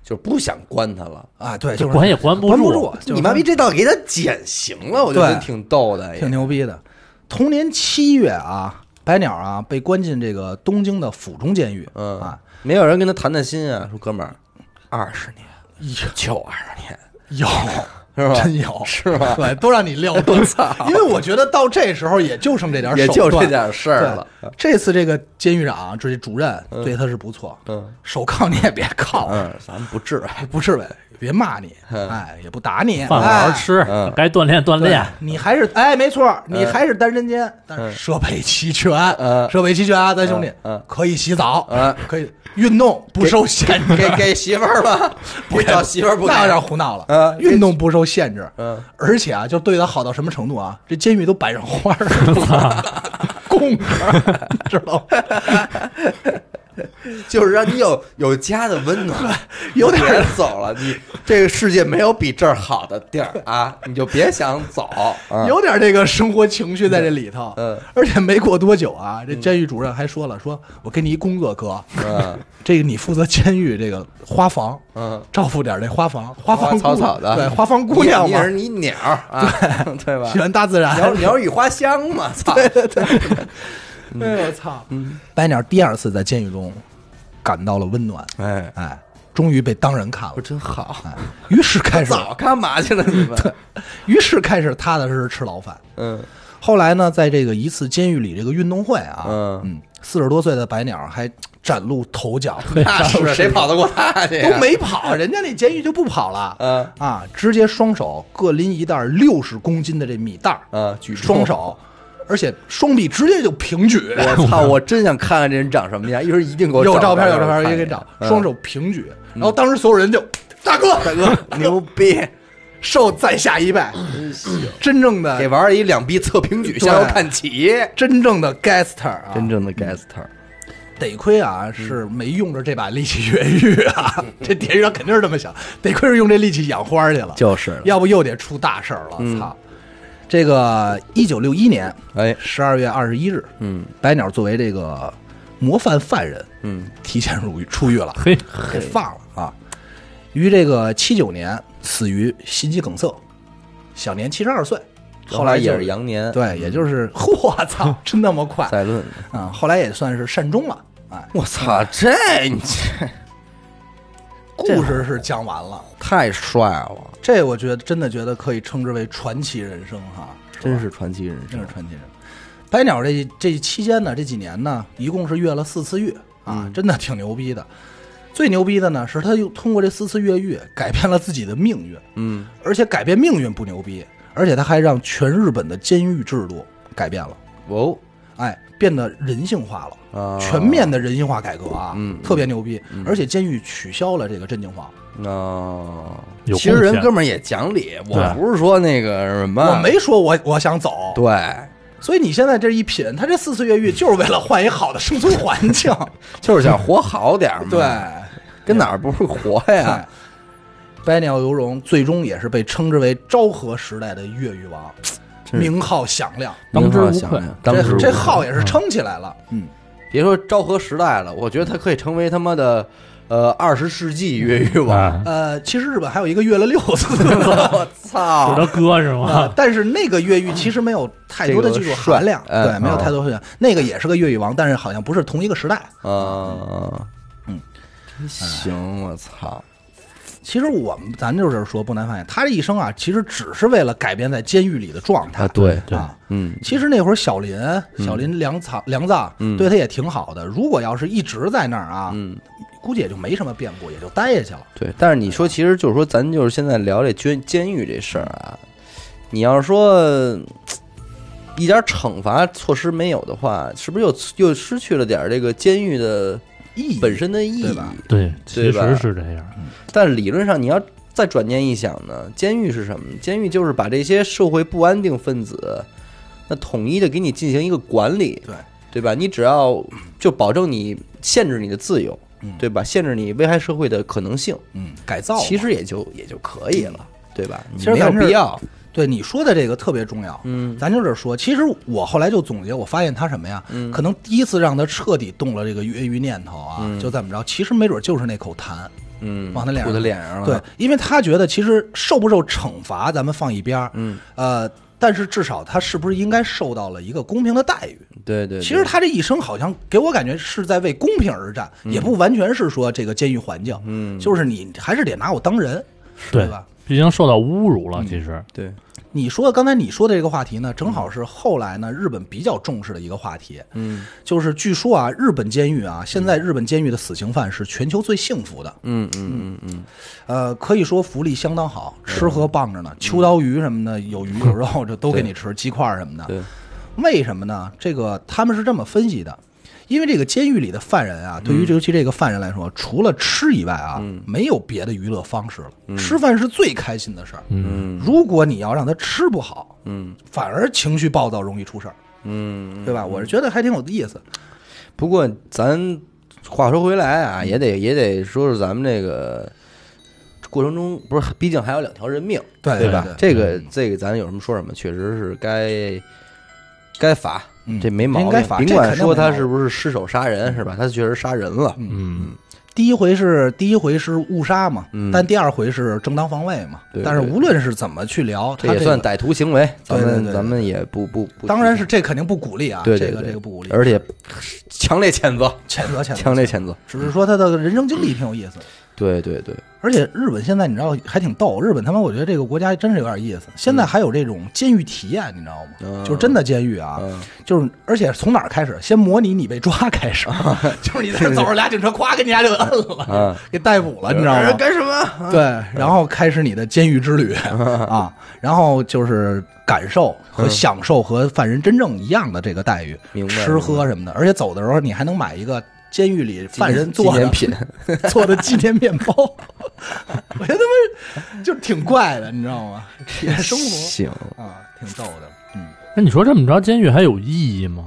S1: 就是不想关他了。
S2: 啊，对，就是
S3: 管也管不
S2: 管
S3: 住
S2: 住，就是
S1: 你妈逼，这倒给他减刑了，我觉得
S2: 对
S1: 挺逗的。
S2: 挺牛逼的。同年七月啊，白鸟啊被关进这个东京的府中监狱。
S1: 嗯
S2: 啊，
S1: 没有人跟他谈谈心啊，说哥们儿，二十年
S2: 哎
S1: 就二十年，
S2: 有，
S1: 是吧
S2: 真有，
S1: 是吧
S2: 对，都让你撂 断，因为我觉得到这时候也就剩这点手段，
S1: 也就这点事儿了。
S2: 对这次这个监狱长，啊这主任对他是不错，
S1: 嗯，
S2: 手铐你也别铐，
S1: 嗯，咱们不治。
S2: 不是呗？别骂你，哎，也不打你，
S3: 饭好好
S2: 哎
S3: 吃
S1: 嗯，
S3: 该锻炼锻
S2: 对
S3: 炼。
S2: 你还是哎，没错，你还是单身间，但是设备齐全，
S1: 嗯
S2: 设备齐全啊，咱兄弟
S1: 嗯嗯，
S2: 可以洗澡
S1: 嗯，
S2: 可以运动，不受限
S1: 给
S2: 制，
S1: 给媳妇儿了，给找媳妇儿 不给
S2: 那有点 胡闹了
S1: 嗯，
S2: 运动不受限制，
S1: 嗯，
S2: 而且啊，就对他好到什么程度啊？这监狱都摆上花儿， 供着，知道吗？
S1: 就是让你有有家的温暖，
S2: 有点
S1: 别走了。你这个世界没有比这儿好的地儿啊，你就别想走。啊
S2: 有点这个生活情绪在这里头，
S1: 嗯嗯
S2: 而且没过多久啊，这监狱主任还说了，说我给你一工作，哥，
S1: 嗯
S2: 这个你负责监狱这个花房，
S1: 嗯，
S2: 照顾点儿这花房，花房姑
S1: 草草的，
S2: 对，花 房姑娘
S1: 你
S2: 嘛
S1: 也，是你鸟儿啊，对吧
S2: 喜？欢大自
S1: 鸟
S2: 然。
S1: 鸟语花香嘛，操！嗯
S2: 哎呦我操！白鸟第二次在监狱中感到了温暖，
S1: 哎，
S2: 哎，终于被当人看了
S1: 不，真好，
S2: 哎，于是开始，
S1: 早干嘛去了你们？
S2: 于是开始踏踏实实吃牢饭。
S1: 嗯
S2: 后来呢，在这个一次监狱里这个运动会啊，
S1: 嗯
S2: 嗯，四十多岁的白鸟还崭露头角，
S1: 那是谁跑得过他去呀？ 啊
S2: 都没跑，人家那监狱就不跑了，
S1: 嗯
S2: 啊，直接双手各拎一袋六十公斤的这米袋儿，
S1: 啊，举重
S2: 双。手，而且双臂直接就平举，
S1: 我操！我真想看看这人长什么样，一会儿一定给我
S2: 有
S1: 找
S2: 照片有
S1: 让
S2: 照
S1: 我
S2: 片
S1: 看
S2: 也给
S1: 一
S2: 找，
S1: 眼嗯
S2: 双手平举，然后当时所有人就大哥
S1: 大哥 牛逼，
S2: 受在下一拜，真正
S1: 给
S2: 的
S1: 玩儿一两臂侧平 举，
S2: 对
S1: 向右看齐，
S2: 真正的 gaster 啊，
S1: 正的 gaster。
S2: 得亏
S1: 嗯
S2: 啊是没用着这把力气越狱啊， 这电影上肯定是这么想，得亏是用这力气养花去了，
S1: 就是了嗯
S2: 要不又得出大事儿了，操！这个一九六一年
S1: 哎，
S2: 十二月二十一日，
S1: 嗯
S2: 白鸟作为这个模范犯人，
S1: 嗯
S2: 提前入狱出狱了，
S3: 嘿，
S2: 给放了啊。于这个七九年死于心肌梗塞，享年七十二岁。后来就
S1: 也是嗯羊年，，
S2: 对，也就是 我 操，真那么快
S1: 赛论。
S2: 啊！后来也算是善终了。哎，
S1: 我操，这你这
S2: 故事是讲完了，
S1: 太帅了，
S2: 这我觉得真的觉得可以称之为传奇人生哈，吧
S1: 真是传奇人
S2: 真是
S1: 生。
S2: 传奇人。白鸟这这期间呢，这几年呢，一共是越了四次狱啊，
S1: 嗯
S2: 真的挺牛逼的。最牛逼的呢，是他又通过这四次越狱改变了自己的命运，
S1: 嗯
S2: 而且改变命运不牛逼，而且他还让全日本的监狱制度改变了，
S1: 哦
S2: 哎，变得人性化了。
S1: 啊，
S2: 全面的人性化改革啊，
S1: 嗯
S2: 特别牛逼，而且监狱取消了这个镇静房，
S1: 啊。
S3: 有
S1: 其实人哥
S3: 们
S1: 们儿也讲理，我
S3: 对
S1: 不是说那个什么，
S2: 我没说我我想走，
S1: 对，
S2: 所以你现在这一品，他这四次越狱就是为了换一好的生存环境，
S1: 就是想活好点儿 嘛。
S2: 对，
S1: 跟哪儿不是活 呀？
S2: 白鸟游荣最终也是被称之为昭和时代的越狱王，
S1: 真是
S2: 名号响亮，
S3: 当之
S1: 您好
S3: 无
S1: 想
S3: 愧
S1: 想当之
S2: 这
S1: 无
S2: 这
S1: 愧
S2: 号也是撑起来了，嗯，
S1: 别说昭和时代了，我觉得他可以成为他妈的呃二十世纪越狱王。
S3: 啊，
S2: 呃，其实日本还有一个越了六次 的，
S1: 我
S3: 是
S1: 操！
S3: 他哥是
S2: 啊
S3: 吗？
S2: 但是那个越狱其实没有太多的技术含量，
S1: 这个帅嗯哦
S2: 对，没有太多含量，那个也是个越狱王，但是好像不是同一个时代，
S1: 啊，
S2: 嗯，
S1: 行，我操！
S2: 其实我们咱就是说不难发现，他这一生啊，其实只是为了改变在监狱里的状态。
S1: 啊，对，
S3: 对
S2: 啊
S1: 嗯，
S2: 其实那会儿小林，小林粮草粮藏对他也挺好的。如果要是一直在那儿啊，
S1: 嗯
S2: 估计也就没什么变故，也就待下去了。
S1: 对。但是你说，其实就是说，咱就是现在聊这监监狱这事儿啊，你要说嗯一点惩罚措施没有的话，是不是又又失去了点儿这个监狱的
S2: 意义
S1: 本身的意
S2: 对
S1: 义？
S2: 吧
S3: 对，其
S1: 对吧
S3: 实是这样。
S1: 但理论上，你要再转念一想呢，监狱是什么？监狱就是把这些社会不安定分子，那统一的给你进行一个管理，
S2: 对
S1: 对吧？你只要就保证你限制你的自由，对吧？限制你危害社会的可能性，
S2: 嗯，改造嘛
S1: 其实也就也就可以了，对吧？
S2: 嗯其实
S1: 你没有
S2: 咱这
S1: 必要，
S2: 对你说的这个特别重要。
S1: 嗯
S2: 咱就是说，其实我后来就总结，我发现他什么呀？
S1: 嗯
S2: 可能第一次让他彻底动了这个越狱念头啊，就怎么着？其实没准就是那口痰。
S1: 嗯，
S2: 往他脸上
S1: 吐他脸上了，
S2: 对，因为他觉得其实受不受惩罚咱们放一边儿，
S1: 嗯，
S2: 呃，但是至少他是不是应该受到了一个公平的待遇？
S1: 对对对，
S2: 其实他这一生好像给我感觉是在为公平而战，
S1: 嗯
S2: 也不完全是说这个监狱环境，嗯，就是你还是得拿我当人，对
S3: 对
S2: 吧？
S3: 毕竟受到侮辱了，其实
S1: 对，
S2: 你说刚才你说的这个话题呢，正好是后来呢日本比较重视的一个话题，
S1: 嗯
S2: 就是据说啊，日本监狱啊，现在日本监狱的死刑犯是全球最幸福的，
S1: 嗯嗯嗯嗯，
S2: 呃，可以说福利相当好，吃喝棒着呢，
S1: 嗯
S2: 秋刀鱼什么的有鱼有肉，这都给你吃，鸡块儿什么的。
S1: 对，
S2: 为什么呢？这个他们是这么分析的，因为这个监狱里的犯人啊，
S1: 嗯
S2: 对于尤其这个犯人来说，除了吃以外啊，没有别的娱乐方式了，吃饭是最开心的事儿。
S1: 嗯
S2: 如果你要让他吃不好，
S1: 嗯
S2: 反而情绪暴躁，容易出事儿，
S1: 嗯。
S2: 对吧？我是觉得还挺有意思。
S1: 不过咱话说回来
S2: 嗯
S1: 啊，也得也得说说咱们这个过程中，不是，毕竟还有两条人命，
S2: 对
S1: 吧？
S2: 哎对嗯
S1: 这个这个咱有什么说什么，确实是该该罚，
S2: 嗯
S1: 这没毛病。
S2: 应该罚
S1: 甭
S2: 这
S1: 管
S2: 肯定
S1: 说
S2: 没毛
S1: 他
S2: 病
S1: 是不是失手杀人，是吧？他确实杀人了，
S3: 嗯，
S2: 第一回是第一回是误杀嘛，
S1: 嗯
S2: 但第二回是正当防卫嘛。
S1: 对
S2: 但是
S1: 对
S2: 无论是怎么去聊，
S1: 这
S2: 他
S1: 也
S2: 个
S1: 算歹徒行为。咱
S2: 对对
S1: 们
S2: 对对
S1: 咱们也不不不，
S2: 当然是这肯定不鼓励啊，
S1: 对对
S2: 这个
S1: 对
S2: 这个不鼓励，
S1: 而且强烈谴责，
S2: 谴责谴责
S1: 强烈谴责。
S2: 只是说他的人生经历挺有意思。
S1: 对对对，
S2: 而且日本现在你知道还挺逗，日本他妈我觉得这个国家真是有点意思。现在还有这种监狱体验，你知道吗？
S1: 嗯
S2: 就是真的监狱啊，
S1: 嗯
S2: 就是而且从哪儿开始？先模拟你被抓开始， 就是你在那儿走着俩警车，咵给你俩就摁了，
S1: 嗯
S2: 给逮捕了，你知道吗？
S1: 干什么？
S2: 对，然后开始你的监狱之旅
S1: 嗯
S2: 啊，然后就是感受和享受和犯人真正一样的这个待遇，
S1: 明白
S2: 吃喝什么的，而且走的时候你还能买一个监狱里犯人
S1: 纪
S2: 做
S1: 念
S2: 的
S1: 品，
S2: 做的纪念面包， 我觉得他妈就挺怪的，你知道吗？体验生 活
S1: 行。
S2: 啊，挺逗的，嗯
S3: 那你说这么着，监狱还有意义吗？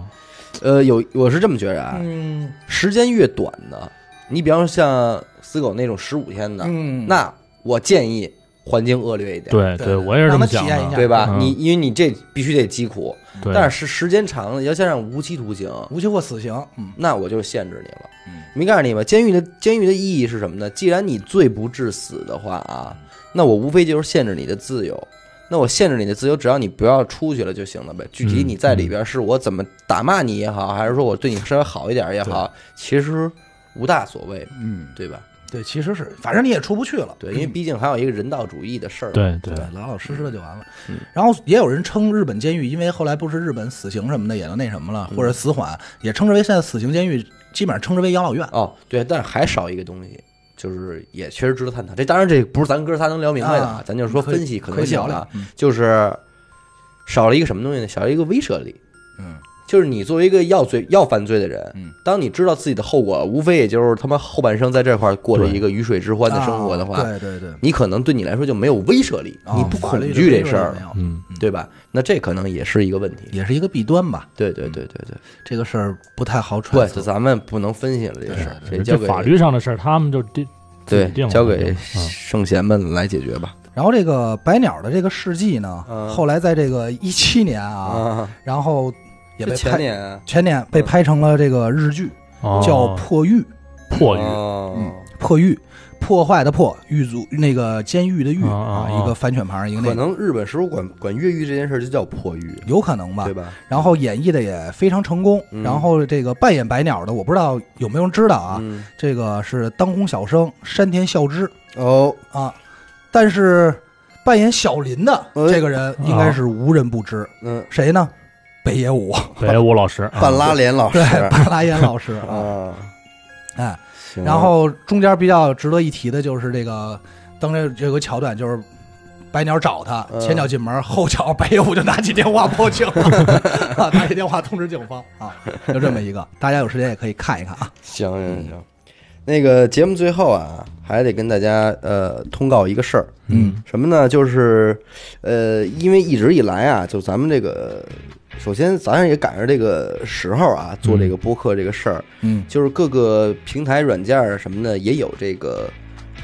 S1: 呃，有我是这么觉着啊，
S2: 嗯
S1: 时间越短的，你比方说像死狗那种十五天的，
S2: 嗯
S1: 那我建议环境恶劣一点，
S3: 对
S2: 对
S3: 对，我也是这么想
S2: 让他体验一
S3: 的
S2: 下。
S1: 对吧？
S3: 嗯
S1: 你因为你这必须得疾苦，
S3: 对，
S1: 但是时间长了，要加上无期徒刑，
S2: 无期或死刑，嗯
S1: 那我就限制你了。
S2: 嗯
S1: 没告诉你吧，监狱的监狱的意义是什么呢？既然你罪不至死的话啊，那我无非就是限制你的自由。那我限制你的自由，只要你不要出去了就行了呗。具体你在里边是我怎么打骂你也好，还是说我对你稍微好一点也好，其实无大所谓，
S2: 嗯，
S1: 对吧？
S2: 对，其实是，反正你也出不去了，
S1: 对，因为毕竟还有一个人道主义的事儿。，
S3: 嗯对对
S2: 对，老老实实的就完了。
S1: 嗯
S2: 然后也有人称日本监狱，因为后来不是日本死刑什么的也都那什么
S1: 嗯
S2: 了，或者死缓，也称之为现在死刑监狱，基本上称之为养老院。
S1: 哦，对，但是还少一个东西，就是也确实值得探讨。这当然这不是咱哥仨能聊明白的
S2: 啊
S1: 咱就是说分析可
S2: 可以
S1: 能性
S2: 可以聊
S1: 啊
S2: 聊嗯，
S1: 就是少了一个什么东西呢？少了一个威慑力。
S2: 嗯，
S1: 就是你作为一个要罪要犯罪的人，
S2: 嗯，
S1: 当你知道自己的后果，无非也就是他妈后半生在这块儿过着
S3: 对
S1: 一个鱼水之欢的生活的话，
S2: 啊对对对，
S1: 你可能对你来说就没有威慑力，
S2: 啊
S1: 你不恐惧这事儿
S2: 法律的
S1: 了，
S2: 没有嗯
S3: 嗯，
S1: 对吧？那这可能也是一个问题。
S2: 也是一个弊端吧。
S1: 对对对对对，
S2: 这个事儿不太好揣
S1: 对，
S2: 测。
S1: 咱们不能分析了这事儿，这交
S3: 这
S1: 给
S3: 法律上的事儿，他们就定自己定
S1: 对
S3: 了嗯
S1: 交
S3: 就
S1: 给
S3: 行
S1: 圣贤们来解决吧。
S2: 然后这个白鸟的这个事迹呢，
S1: 嗯
S2: 后来在这个一七年啊，，然后也被
S1: 这
S2: 拍
S1: 前年啊
S2: 前年被拍成了这个日剧，
S3: 嗯
S2: 叫
S3: 哦
S2: 《破狱》，
S3: 破狱，嗯
S1: 哦，
S2: 破狱，破坏的破，狱卒那个监狱的狱
S3: 哦
S2: 啊
S3: 哦，哦
S2: 一个反犬旁，一个那
S1: 可
S2: 个，
S1: 能日本是不是管管越狱这件事儿就叫破狱，
S2: 有可能吧
S1: 对。吧？
S2: 然后演绎的也非常成功。
S1: 嗯
S2: 然后这个扮演白鸟的，我不知道有没有人知道啊，
S1: 嗯，
S2: 这个是当红小生山田孝之
S1: 哦，
S2: 啊，但是扮演小林的
S1: 哎
S2: 这个人应该是无人不知，
S1: 嗯，
S2: 谁呢？北野武，
S3: 北武老师啊
S1: 半拉脸老师
S2: 对，巴拉岩老师啊，
S1: 哦啊，
S2: 哎。
S1: 行
S2: 然后中间比较值得一提的就是这个，当时有个桥段就是。白鸟找他，
S1: 嗯
S2: 前脚进门，后脚白野武就拿起电话报警了， 啊拿起电话通知警方啊，就这么一个，大家有时间也可以看一看啊。
S1: 行行行，那个节目最后啊，还得跟大家呃通告一个事儿，
S2: 嗯
S1: 什么呢？就是呃，因为一直以来啊，就咱们这个，首先咱也赶上这个时候啊，做
S3: 嗯
S1: 这个播客这个事儿，
S2: 嗯
S1: 就是各个平台软件儿什么的也有这个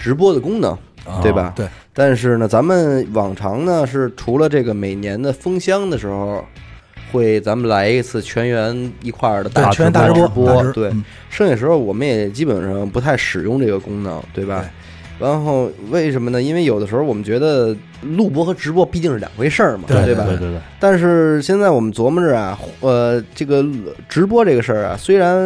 S1: 直播的功能，
S3: 嗯
S1: 对吧？
S2: 啊对。
S1: 但是呢，咱们往常呢是除了这个每年的封箱的时候，会咱们来一次全员一块儿的
S2: 对
S1: 大，
S2: 全员大
S1: 直
S2: 直
S1: 播
S2: 播，大直
S1: 对。
S2: 嗯
S1: 剩下时候我们也基本上不太使用这个功能，对吧？然后为什么呢？因为有的时候我们觉得录播和直播毕竟是两回事儿嘛，
S3: 对
S1: 吧？
S3: 对对对，
S1: 但是现在我们琢磨着啊，呃，这个直播这个事儿啊，虽然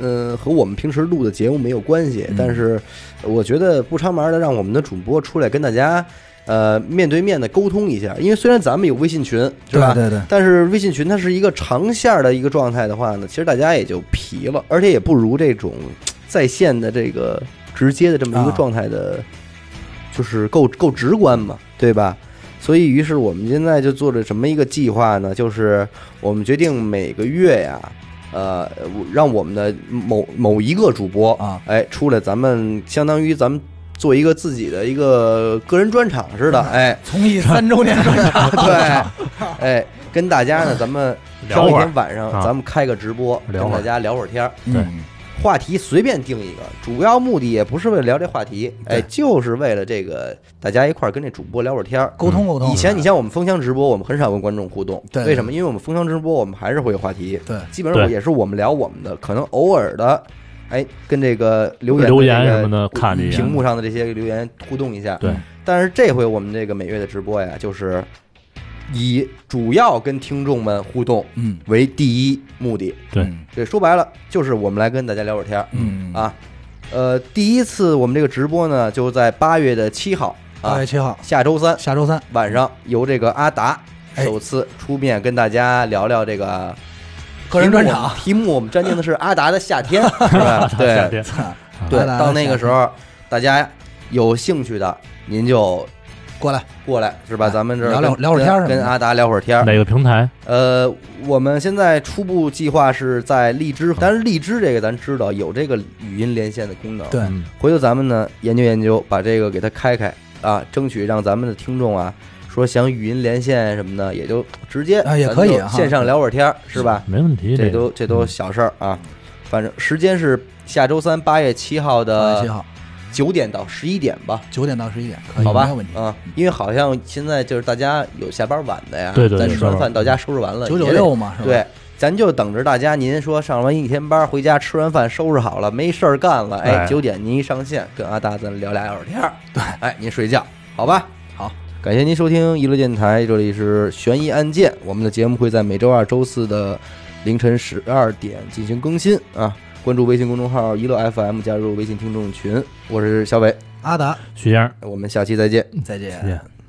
S1: 呃和我们平时录的节目没有关系，
S2: 嗯
S1: 但是我觉得不常门的让我们的主播出来跟大家呃面对面的沟通一下，因为虽然咱们有微信群，是吧？
S2: 对对对
S1: 但是微信群它是一个长线儿的一个状态的话呢，其实大家也就疲了，而且也不如这种在线的这个直接的这么一个
S2: 啊
S1: 状态的，就是够够直观嘛，对吧？所以，于是我们现在就做了什么一个计划呢？就是我们决定每个月呀，呃，让我们的某某一个主播
S2: 啊，
S1: 哎，出来，咱们相当于咱们做一个自己的一个个人专场似的，
S2: 啊
S1: 哎，
S2: 从艺三周年专 场，
S1: 对，哎，跟大家呢，咱们
S3: 聊
S1: 挑一
S3: 会儿
S1: 天晚上，
S3: 啊
S1: 咱们开个直播，跟
S3: 聊会
S1: 大
S3: 儿
S1: 家聊会儿天儿。
S3: 对
S2: 嗯
S1: 话题随便定一个，主要目的也不是为了聊这话题，哎，就是为了这个大家一块儿跟这主播聊会儿天儿。
S2: 沟通沟通。啊
S1: 以前你像我们封箱直播，我们很少跟观众互动，
S2: 对
S1: 为什么？因为我们封箱直播，我们还是会有话题，
S2: 对
S1: 基本上
S3: 对
S1: 也是我们聊我们的，可能偶尔的，哎，跟这个留言
S3: 留
S1: 这个
S3: 言什么的看一眼
S1: 屏幕上的这些留言互动一下，
S3: 对，
S1: 但是这回我们这个每月的直播呀，就是以主要跟听众们互动
S2: 嗯
S1: 为第一目的。
S3: 对
S2: 嗯
S1: 对，说白了就是我们来跟大家聊会儿天儿
S2: 嗯，
S1: 啊。呃，第一次我们这个直播呢，就在八月的七号啊
S2: 八月，七号，
S1: 下周三
S2: 下周三
S1: 晚上，由这个阿达
S2: 哎
S1: 首次出面跟大家聊聊这个
S2: 个人专场，
S1: 题目我们题目我们占定的是阿达的夏 天，是 吧？
S3: 夏
S1: 对，
S3: 天
S1: 对，
S2: 来来来
S1: 到那个时候，大家有兴趣的，您就
S2: 过来
S1: 过来，是吧？
S2: 哎
S1: 咱们这儿
S2: 聊
S1: 跟
S2: 聊聊会儿天儿
S1: 跟
S2: 什么
S1: 跟
S2: 的
S1: 阿达聊会儿天儿。
S3: 哪个平台？
S1: 呃，我们现在初步计划是在荔枝，但是荔枝这个咱知道有这个语音连线的功能。
S2: 对
S3: 嗯
S1: 回头咱们呢研究研究，把这个给它开开啊，争取让咱们的听众啊，说想语音连线什么的，也就直接
S2: 啊也可以
S1: 咱就
S2: 哈
S1: 线上聊会儿天儿，是吧？
S3: 没问题，
S1: 这
S3: 个嗯
S1: 都这都小事儿啊，反正时间是下周三八月七号
S2: 八月七
S1: 的
S2: 号
S1: 九点到十一点吧，
S2: 九点到十一点，可以，
S1: 好吧
S2: 哎没有问题。
S1: 啊，因为好像现在就是大家有下班晚的呀，
S3: 对对对
S1: 咱吃完饭到家收拾完了，
S2: 九九
S1: 也得
S2: 六嘛，是
S1: 呃
S2: 吧？
S1: 对，咱就等着大家，您说上完一天班回家吃完饭收拾好了，没事儿干了，哎，
S3: 哎
S1: 九点您一上线，跟阿达咱聊俩小时天儿，对，哎，您睡觉，好吧？好，感谢您收听娱乐电台，这里是悬疑案件，我们的节目会在每周二、周四的凌晨十二点进行更新啊。关注微信公众号“娱乐 FM”，加入微信听众群。我是小伟，
S2: 阿达，
S3: 徐先生，
S1: 我们下期再见。
S2: 再见
S3: 再见。